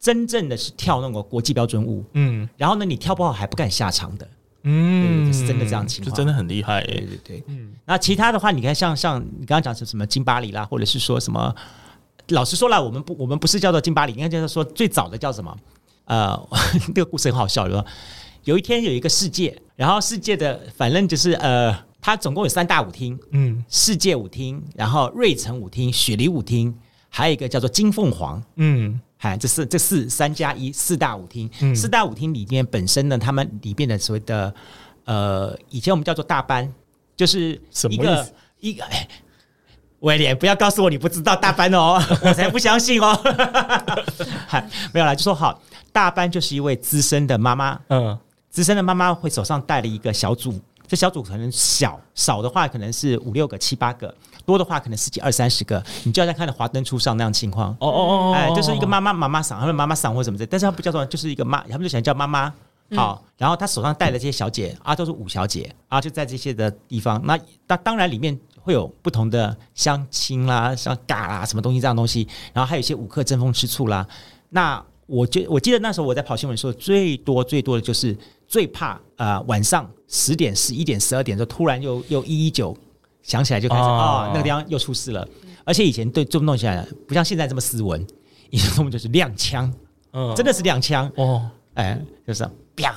S3: 真正的是跳那个国际标准舞，
S1: 嗯
S3: 然后呢，你跳不好还不敢下场的。
S1: 嗯，
S3: 对是真的这样情
S1: 就
S3: 况
S1: 真的很厉害
S3: 对
S1: 耶，
S3: 对对，
S1: 嗯
S3: 那其他的话，你看像像你刚刚讲是什么金巴里啦，或者是说什么，老实说啦，我们不我们不是叫做金巴里，应该叫做说最早的叫什么？呃， 这个故事很好笑，就是说有一天有一个世界，然后世界的反正就是呃，它总共有三大舞厅，
S1: 嗯
S3: 世界舞厅，然后瑞城舞厅、雪梨舞厅，还有一个叫做金凤凰。
S1: 嗯
S3: 哎，这四这四三加一四大舞厅，
S1: 嗯
S3: 四大舞厅里面本身呢，他们里面的所谓的呃，以前我们叫做大班，就是
S1: 什么
S3: 一
S1: 意
S3: 个
S1: 思
S3: 一个。哎威廉，不要告诉我你不知道大班哦， 我才不相信哦。 嗨没有啦，就说好，大班就是一位资深的妈妈，
S1: 嗯
S3: 资深的妈妈会手上带了一个小组，这小组可能小少的话可能是五六个、七八个，多的话可能十几、二三十个。你就要像看到《华灯初上》那样情况。
S1: 哦哦哦，
S3: 哎，就是一个妈妈妈妈嗓，他们妈妈嗓或什么的，但是他不叫做，就是一个妈，他们就喜欢叫妈妈。好，然后他手上带的这些小姐啊，都是五小姐啊，就在这些的地方。那那当然里面会有不同的相亲啦、像尬啦什么东西这样的东西，然后还有一些舞客争风吃醋啦。那我就我记得那时候我在跑新闻的时候，最多最多的就是最怕呃晚上十点、十一点、十二点就突然又又一一九想起来就开始
S1: 哦
S3: 啊、那个地方又出事了。而且以前对这么弄起来，不像现在这么斯文，以前他们就是亮枪，
S1: 嗯
S3: 真的是亮枪，
S1: 哦，
S3: 哎，就是砰，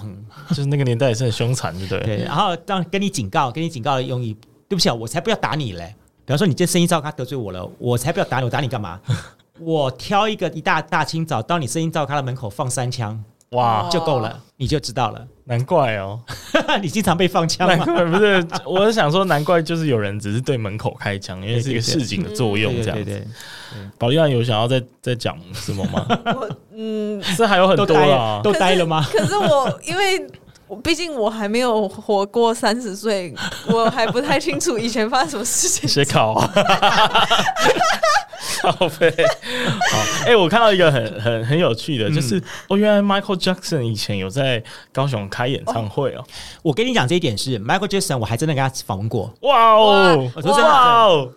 S1: 就是那个年代也是很凶残，对不对？
S3: 对，然后当跟你警告，跟你警告的用意，对不起啊，我才不要打你嘞。比方说你这声音照咖得罪我了，我才不要打你，我打你 干嘛？我挑一个一大大清早到你声音照咖的门口放三枪
S1: 哇，
S3: 就够
S2: 哦
S3: 了，你就知道了。
S1: 难怪哦，
S3: 你经常被放枪
S1: 难
S3: 吗？
S1: 怪不是，我是想说，难怪就是有人只是对门口开枪，因为是一个市井的作用
S3: 对
S1: 这样
S3: 对
S1: 子。
S3: 对，
S1: 保利安有想要再再讲什么吗？
S2: 我嗯，
S1: 这还有很
S3: 都
S1: 多啊
S3: 呆
S1: 啦
S3: 了，，都呆了吗？
S2: 可是我因为。我毕竟我还没有活过三十岁，我还不太清楚以前发生什么事情。
S1: 写考啊，靠背。好，哎、我看到一个很很很有趣的，就是、哦，原来 Michael Jackson 以前有在高雄开演唱会哦，
S3: 我跟你讲这一点是 Michael Jackson，我还真的跟他访问过。
S1: 哇哦，
S3: 我说真的
S1: 哇哦，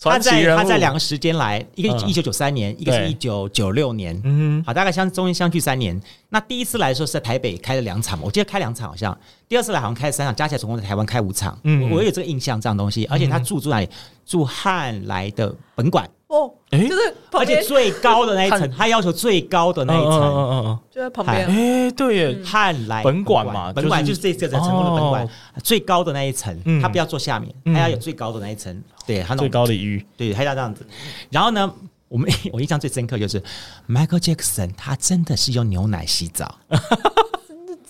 S3: 他
S1: 传奇
S3: 在
S1: 人物，
S3: 他在两个时间来，一个
S1: 嗯
S3: 一九九三年，一个是
S1: 对
S3: 一九九六年，
S1: 嗯
S3: 好，大概相中间相距三年。那第一次来的时候是在台北开了两场嘛，我记得开两场好像，第二次来好像开了三场，加起来总共在台湾开五场。
S1: 嗯
S3: 嗯，我有这个印象，这样东西。而且他住住哪里？住汉来的本馆，
S2: 哦，
S1: 哎
S2: 就是旁
S3: 而且
S2: 边
S3: 最高的 那一层，他要求最高的那一
S1: 嗯
S3: 层。
S1: 嗯嗯嗯
S2: 就在旁
S1: 嗯，哎、
S2: 边。
S1: 对耶，
S3: 汉来
S1: 本馆嘛
S3: 本馆
S1: 就
S3: 就是是这这成功的本馆
S1: 哦
S3: 最高的那一层
S1: 嗯，
S3: 他不要坐下面，
S1: 嗯
S3: 他要有最高的那一层，对他那
S1: 最
S3: 种
S1: 高礼遇，
S3: 对，他要这样子。然后呢，我们 我印象最深刻就是 Michael Jackson，他真的是用牛奶洗澡。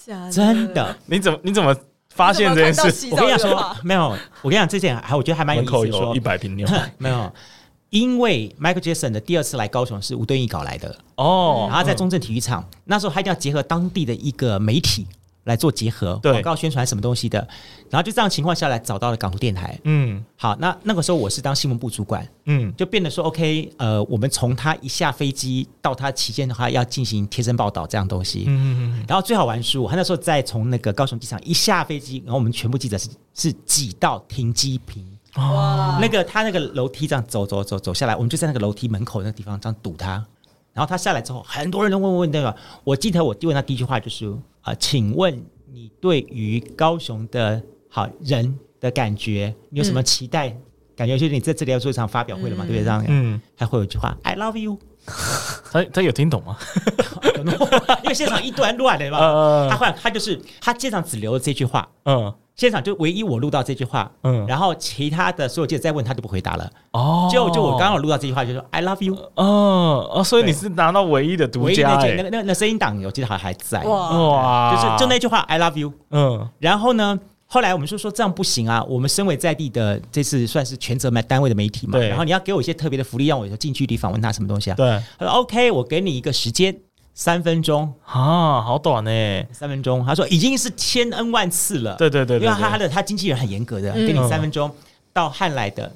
S2: 假的？
S3: 真的。
S1: 你怎么你怎么发现这件事？
S2: 你
S3: 我
S2: 怎么看到
S3: 跟你
S2: 洗澡的
S3: 说
S2: 话，
S3: 没有，我跟你讲这件还我觉得还蛮有
S1: 门
S3: 意
S1: 口
S3: 思的
S1: 有
S3: 说
S1: 一，百瓶牛
S3: 没有，因为 Michael Jackson 的第二次来高雄是吴敦义搞来的，
S1: 哦
S3: 然，后在中正体育场，那时候他一定要结合当地的一个媒体来做结合，
S1: 对
S3: 广告宣传什么东西的，然后就这样情况下来找到了港湖电台。
S1: 嗯
S3: 好，那那个时候我是当新闻部主管，
S1: 嗯，
S3: 就变得说 OK，呃，我们从他一下飞机到他期间的话，要进行贴身报道这样东西。
S1: 嗯
S3: 然后最好玩是，我他那时候在从那个高雄机场一下飞机，然后我们全部记者是是挤到停机坪，
S2: 哇，
S3: 那个他那个楼梯这样走走走走下来，我们就在那个楼梯门口那个地方这样堵他。然后他下来之后，很多人都问问那个，我记得我问他第一句话就是啊、呃请问你对于高雄的好人的感觉，你有什么期待？感觉就是你在这里要做一场发表会了嘛，对不对？这样，
S1: 嗯，
S3: 还会有一句话，I love you，
S1: 他他有听懂吗？
S3: 因为现场一团乱了嘛。
S1: 呃
S3: 他换他就是他现场只留了这句话，
S1: 嗯
S3: 现场就唯一我录到这句话，
S1: 嗯
S3: 然后其他的所有记者再问他就不回答了。
S1: 哦，
S3: 就就我刚好录到这句话，就说 I love you，
S1: 哦哦，所以你是拿到唯一的独
S3: 唯一
S1: 家
S3: 那句那
S1: 哎，
S3: 个那个那声音档，我记得好像还在，
S2: 哇
S1: 哇，
S3: 就是就那句话 I love you。
S1: 嗯
S3: 然后呢，后来我们就说这样不行啊，我们身为在地的这次算是全责媒单位的媒体嘛，
S1: 对
S3: 然后你要给我一些特别的福利，让我有近距离访问他什么东西啊？
S1: 对
S3: 他说 OK，我给你一个时间。三分钟，
S1: 啊，好短呢，
S3: 三分钟。他说已经是千 n 万次了，
S1: 对对对对
S3: 因为他
S1: 对
S3: 他的他经纪人很严格的，
S2: 嗯
S3: 给你三分钟到汉来的，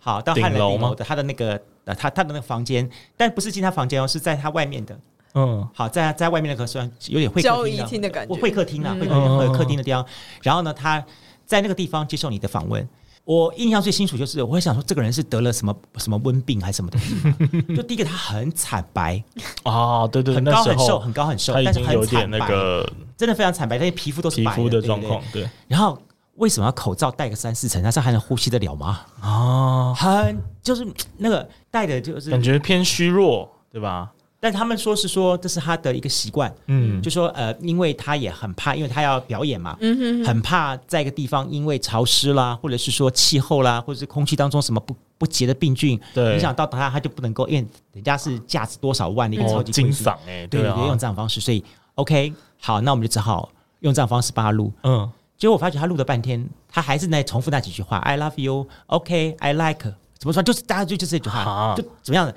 S3: 好到汉来
S1: 顶楼
S3: 顶
S1: 吗
S3: 楼的他的那个呃他他的那个房间，但不是进他房间哦，是在他外面的，
S1: 嗯
S3: 好，在在外面那个算有点会客
S2: 交
S3: 厅
S2: 易
S3: 啊
S2: 厅的感觉
S3: 我会客厅啊，
S2: 嗯
S3: 会客厅会
S1: 嗯嗯嗯
S3: 客厅的地方。然后呢，他在那个地方接受你的访问。我印象最清楚就是，我会想说这个人是得了什么什么瘟病还是什么东西 吗。就第一个他很惨白，
S1: 啊，对对，
S3: 很
S1: 那
S3: 高
S1: 时
S3: 很瘦，
S1: 候
S3: 很高很瘦，
S1: 他已
S3: 但是
S1: 经有
S3: 很
S1: 点
S3: 惨
S1: 那
S3: 白，
S1: 个
S3: 真的非常惨白，但是皮肤都是
S1: 皮
S3: 白
S1: 肤的
S3: 对
S1: 状
S3: 对
S1: 况，对
S3: 然后为什么要口罩戴个三四层？那这样还能呼吸得 了吗？
S1: 啊，
S3: 很就是那个戴的就是
S1: 感觉偏虚弱，对吧？
S3: 但他们说是说这是他的一个习惯，
S1: 嗯
S3: 嗯，就说呃，因为他也很怕，因为他要表演嘛，
S2: 嗯哼
S3: 很怕在一个地方因为潮湿啦，或者是说气候啦，或者是空气当中什么不不洁的病菌
S1: 对
S3: 影响到他，他就不能够，因为人家是价值多少万的一个超
S1: 哦，
S3: 级
S1: 金
S3: 贵族
S1: 嗓哎，
S3: 对，
S1: 对
S3: 对
S1: 啊
S3: 用，这样的方式，所以 OK，好，那我们就只好用这样的方式帮他录。
S1: 嗯，
S3: 结果我发觉他录了半天，他还是在重复那几句话：“I love you, OK, I like。”怎么说？就是大家就就这句
S1: 啊
S3: 话，就怎么样的？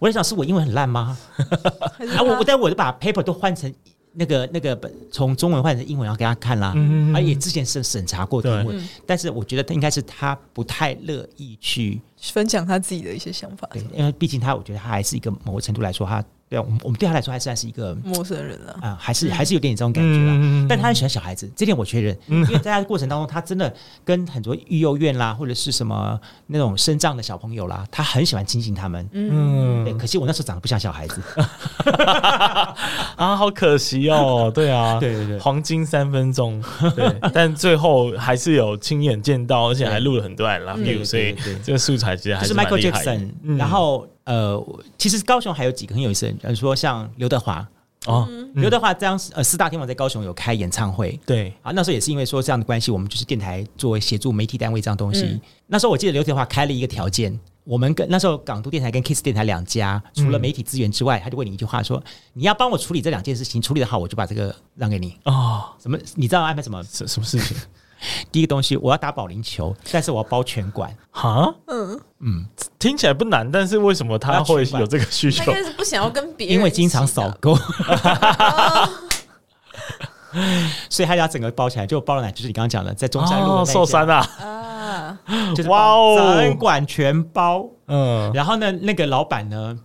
S3: 我在想，是我英文很烂吗？
S2: 还是
S3: 啊，我我
S2: 他
S3: 但我就把 paper 都换成那个那个本从中文换成英文，然后给他看啦。
S1: 嗯嗯嗯
S3: 而且之前是审查过题目
S1: 对
S2: 嗯，
S3: 但是我觉得他应该是他不太乐意去，
S2: 分享他自己的一些想法，
S3: 对，因为毕竟他我觉得他还是一个某个程度来说，他对啊我们我们对他来说还算是一个
S2: 陌生人 啊，
S3: 啊、还是还是有点这种感觉啦。
S1: 嗯嗯嗯嗯嗯
S3: 但他很喜欢小孩子，这点我确认，因为在他的过程当中，他真的跟很多育幼院啦，或者是什么那种身障的小朋友啦，他很喜欢亲近他们。对，
S1: 嗯
S3: 可惜我那时候长得不像小孩子，
S1: 啊，好可惜哦，对啊，
S3: 对对对
S1: 黄金三分钟，对，但最后还是有亲眼见到，而且还录了很多 I love
S3: 对
S1: you，
S3: 对
S1: 所以
S3: 嗯对对对
S1: 这个素材其实还
S3: 就是是
S1: 蛮
S3: Michael
S1: 厉害的
S3: Jackson、
S1: 嗯
S3: 然后呃，我其实高雄还有几个很有意思的人，呃说像刘德华，
S1: 哦，
S3: 刘、德华这样呃四大天王在高雄有开演唱会，
S1: 对，
S3: 啊，那时候也是因为说这样的关系，我们就是电台作为协助媒体单位这样东西。
S2: 嗯
S3: 那时候我记得刘德华开了一个条件，我们跟那时候港都电台跟 Kiss 电台两家，除了媒体资源之外，他就问你一句话说：“你要帮我处理这两件事情，处理的好，我就把这个让给你。
S1: 哦，”
S3: 什么？你知道安排什么？
S1: 什什么事 情？
S3: 第一个东西，我要打保龄球，但是我要包全馆。
S1: 哈，
S2: 嗯，
S1: 听起来不难，但是为什么他会有这个需
S2: 他
S1: 求
S2: 应？该是不想要跟别人一起的，
S3: 因为经常扫沟， 所以他要整个包起来，就包了哪？就是你刚刚讲的，在中山路的那
S1: 哦
S3: 一家
S1: 寿山啊，
S2: 啊，
S3: 就是
S1: 哇哦
S3: 整馆全包。
S1: 嗯，
S3: 然后呢，那个老板呢，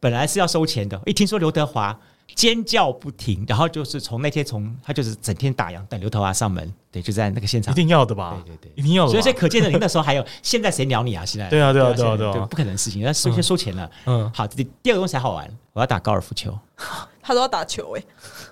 S3: 本来是要收钱的，一听说刘德华尖叫不停，然后就是从那天从他就是整天打烊等刘德华上门，对，就在那个现
S1: 一
S3: 场。
S1: 定要的吧？
S3: 对对对
S1: 一定要
S3: 所以，所
S1: 的
S3: 以
S1: 吧？
S3: 可见的，你那时候还有，现在谁鸟你啊？现在
S1: 对啊对啊对啊对啊
S3: 不可能的事情，那收
S1: 嗯
S3: 先收钱了。
S1: 嗯
S3: 好，第第二个东西还好玩，我要打高尔夫球，
S2: 他都要打球哎，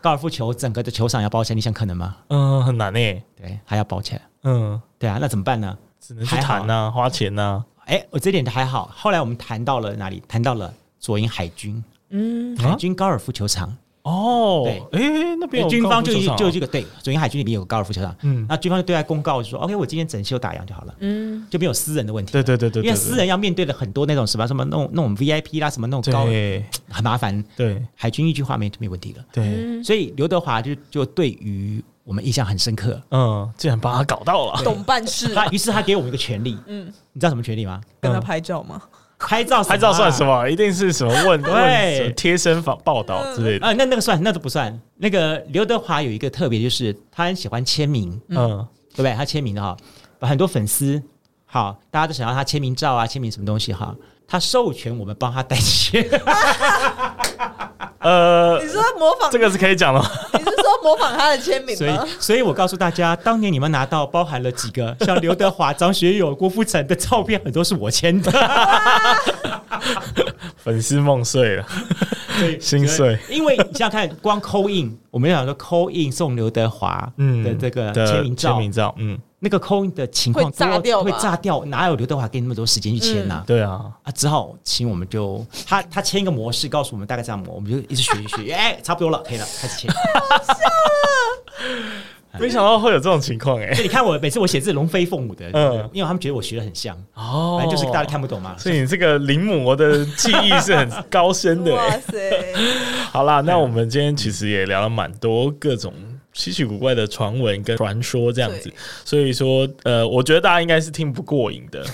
S3: 高尔夫球整个的球场要包起来，你想可能吗？
S1: 嗯，很难诶，
S3: 对，还要包起来，
S1: 嗯，
S3: 对啊，那怎么办呢？
S1: 只能去谈呐，花钱啊呐，
S3: 哎，我这点还好，后来我们谈到了哪里？谈到了左营海军
S2: 嗯，
S3: 海军高尔夫球场，
S1: 哦，哎、那边有
S3: 军方就
S1: 高尔夫球
S3: 有
S1: 场啊
S3: 就有这个对，左营海军里面有个高尔夫球场，
S1: 嗯
S3: 那军方就对外公告说，OK，我今天整修打烊就好了，
S2: 嗯，
S3: 就没有私人的问题。
S1: 对对对对，对
S3: 因为私人要面对的很多那种什么什么那种那种 VIP 啦，什么那种高
S1: 对
S3: 很麻烦，
S1: 对
S3: 海军一句话没没问题了。
S1: 对，
S3: 所以刘德华就就对于我们印象很深刻，
S1: 嗯，竟然把他搞到了，
S2: 懂办事，
S3: 他于是他给我们一个权利，嗯，你知道什么权利吗？
S2: 跟他拍照吗？
S3: 拍照什么啊
S1: 拍照算什？么？一定是什么 问
S3: 对
S1: 问什么贴身访报道之类的，
S3: 啊，那那个算，那都不算。那个刘德华有一个特别，就是他很喜欢签名，
S1: 嗯
S3: 对不对？他签名的哈，很多粉丝好，大家都想要他签名照啊，签名什么东西哈。他授权我们帮他代签，
S1: 呃
S2: 你，是说模仿？
S1: 嗯这个是可以讲的吗，
S2: 你是说模仿他的签名
S3: 所以
S2: 吗？
S3: 所以我告诉大家，当年你们拿到包含了几个像刘德华、 张学友、郭富城的照片，很多是我签的。
S1: 粉丝梦碎了，
S3: 对
S1: 心碎。
S3: 因为你想想看，光 call in，我们想说 call in 送刘德华
S1: 嗯
S3: 的这个
S1: 的
S3: 签名照，
S1: 签名照，嗯，
S3: 那个 call in 的情况
S2: 会炸
S3: 多
S2: 掉吧嗯
S3: 会炸掉，哪有刘德华给你那么多时间去签呐、
S1: 对啊，
S3: 啊，只好请我们就他他签一个模式，告诉我们大概这样磨，我们就一直学学， 哎、差不多了，可以了，开始签。 哎
S1: 没想到会有这种情况哎，
S3: 所以你看我每次我写字龙飞凤舞的，
S1: 嗯
S3: 因为他们觉得我学的很像，
S1: 哦
S3: 反正哎就是大家看不懂嘛。
S1: 所以你这个临摹的技艺是很高深的、
S2: 哇
S1: 欸。
S2: 塞，
S1: 好啦，
S3: 啊
S1: 那我们今天其实也聊了蛮多各种稀奇古怪的传闻跟传说这样子
S2: 对，
S1: 所以说呃，我觉得大家应该是听不过瘾 的，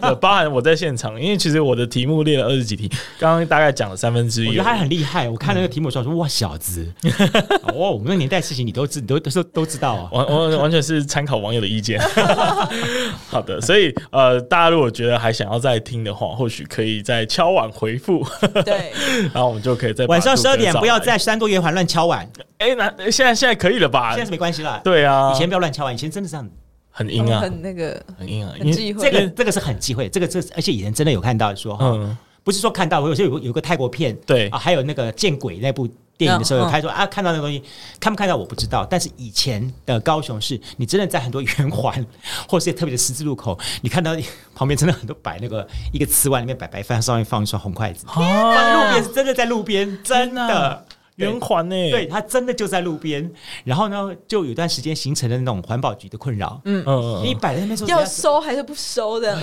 S1: 呃包含我在现场，因为其实我的题目列了二十几题，刚刚大概讲了三分之一
S3: 我
S1: 而已，
S3: 觉得他很厉害，我
S1: 嗯
S3: 看那个题目的时候说哇，小子，哦，我们那年代事情你都知，你都都都知道啊。
S1: 完完完全是参考网友的意 见。好的，所以呃，大家如果觉得还想要再听的话，或许可以再敲碗回 复，
S2: 对，
S1: 然后我们就可以再把
S3: 晚上
S1: 杜
S3: 十
S1: 哥
S3: 二点
S1: 找
S3: 不要
S1: 来
S3: 在山多圆环乱敲碗，
S1: 哎，那现在现在可以了吧
S3: 现在？是没关系啦。
S1: 对啊，
S3: 以前不要乱敲碗，以前真的这样，
S1: 很
S2: 他
S1: 硬
S2: 们
S1: 啊，
S2: 很那个，
S1: 很硬啊，
S2: 很
S1: 因为
S2: 忌讳
S3: 这个这个是很忌讳，这个这而且以前真的有看到说，
S1: 嗯，
S3: 不是说看到，我有时候有有个泰国片，
S1: 对
S3: 啊，还有那个《见鬼》那部电影的时
S2: 嗯
S3: 候，有拍说啊，看到那个东西，看不看到我不知道。但是以前的高雄市，你真的在很多圆环 或是特别的十字路口，你看到旁边真的很多摆那个一个瓷碗里面摆白饭，上面放一双红筷子，放
S1: 啊，
S3: 路边是真的在路边，哦真的。
S1: 圆环呢？
S3: 对，它真的就在路边，然后呢，就有段时间形成了那种环保局的困扰。嗯，
S1: 嗯，嗯，
S3: 你
S1: 嗯，
S3: 摆在那边说
S2: 要收还是不收的？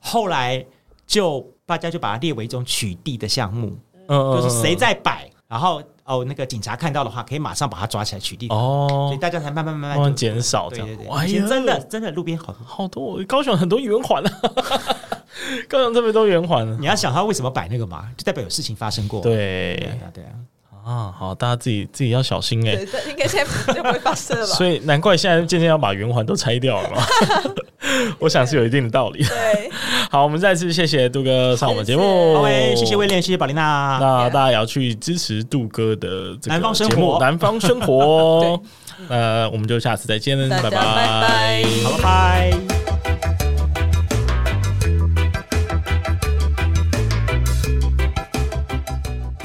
S3: 后来就大家就把它列为一种取缔的项目，
S1: 嗯
S3: 就是谁在摆，然后哦那个警察看到的话，可以马上把他抓起来取缔，所
S1: 哦
S3: 以，大家才慢慢慢慢
S1: 慢慢
S3: 就
S1: 减少这
S3: 对对
S1: 样。哎
S3: 对，以前真的真的路边好多。
S1: 好多，高雄很多圆环啊， 高雄这边都圆环啊。
S3: 你要想他为什么摆那个嘛，就代表有事情发生过。对
S1: 对
S3: 啊，对啊，
S1: 啊，好，大家自己自己要小心哎、
S2: 对，这应该现在就不会发生了吧？
S1: 所以难怪现在渐渐要把圆环都拆掉了嘛， 我想是有一定的道理。
S2: 对，
S1: 好，我们再次谢谢杜哥上我们节目，
S3: 好喂，谢谢威廉，谢谢宝琳娜，
S1: 那大家也要去支持杜哥的这个
S3: 啊南方生
S1: 节目
S3: 活
S1: 南方生活。那我们就下次再见，
S2: 大家拜拜。
S3: 好，拜拜。
S1: 非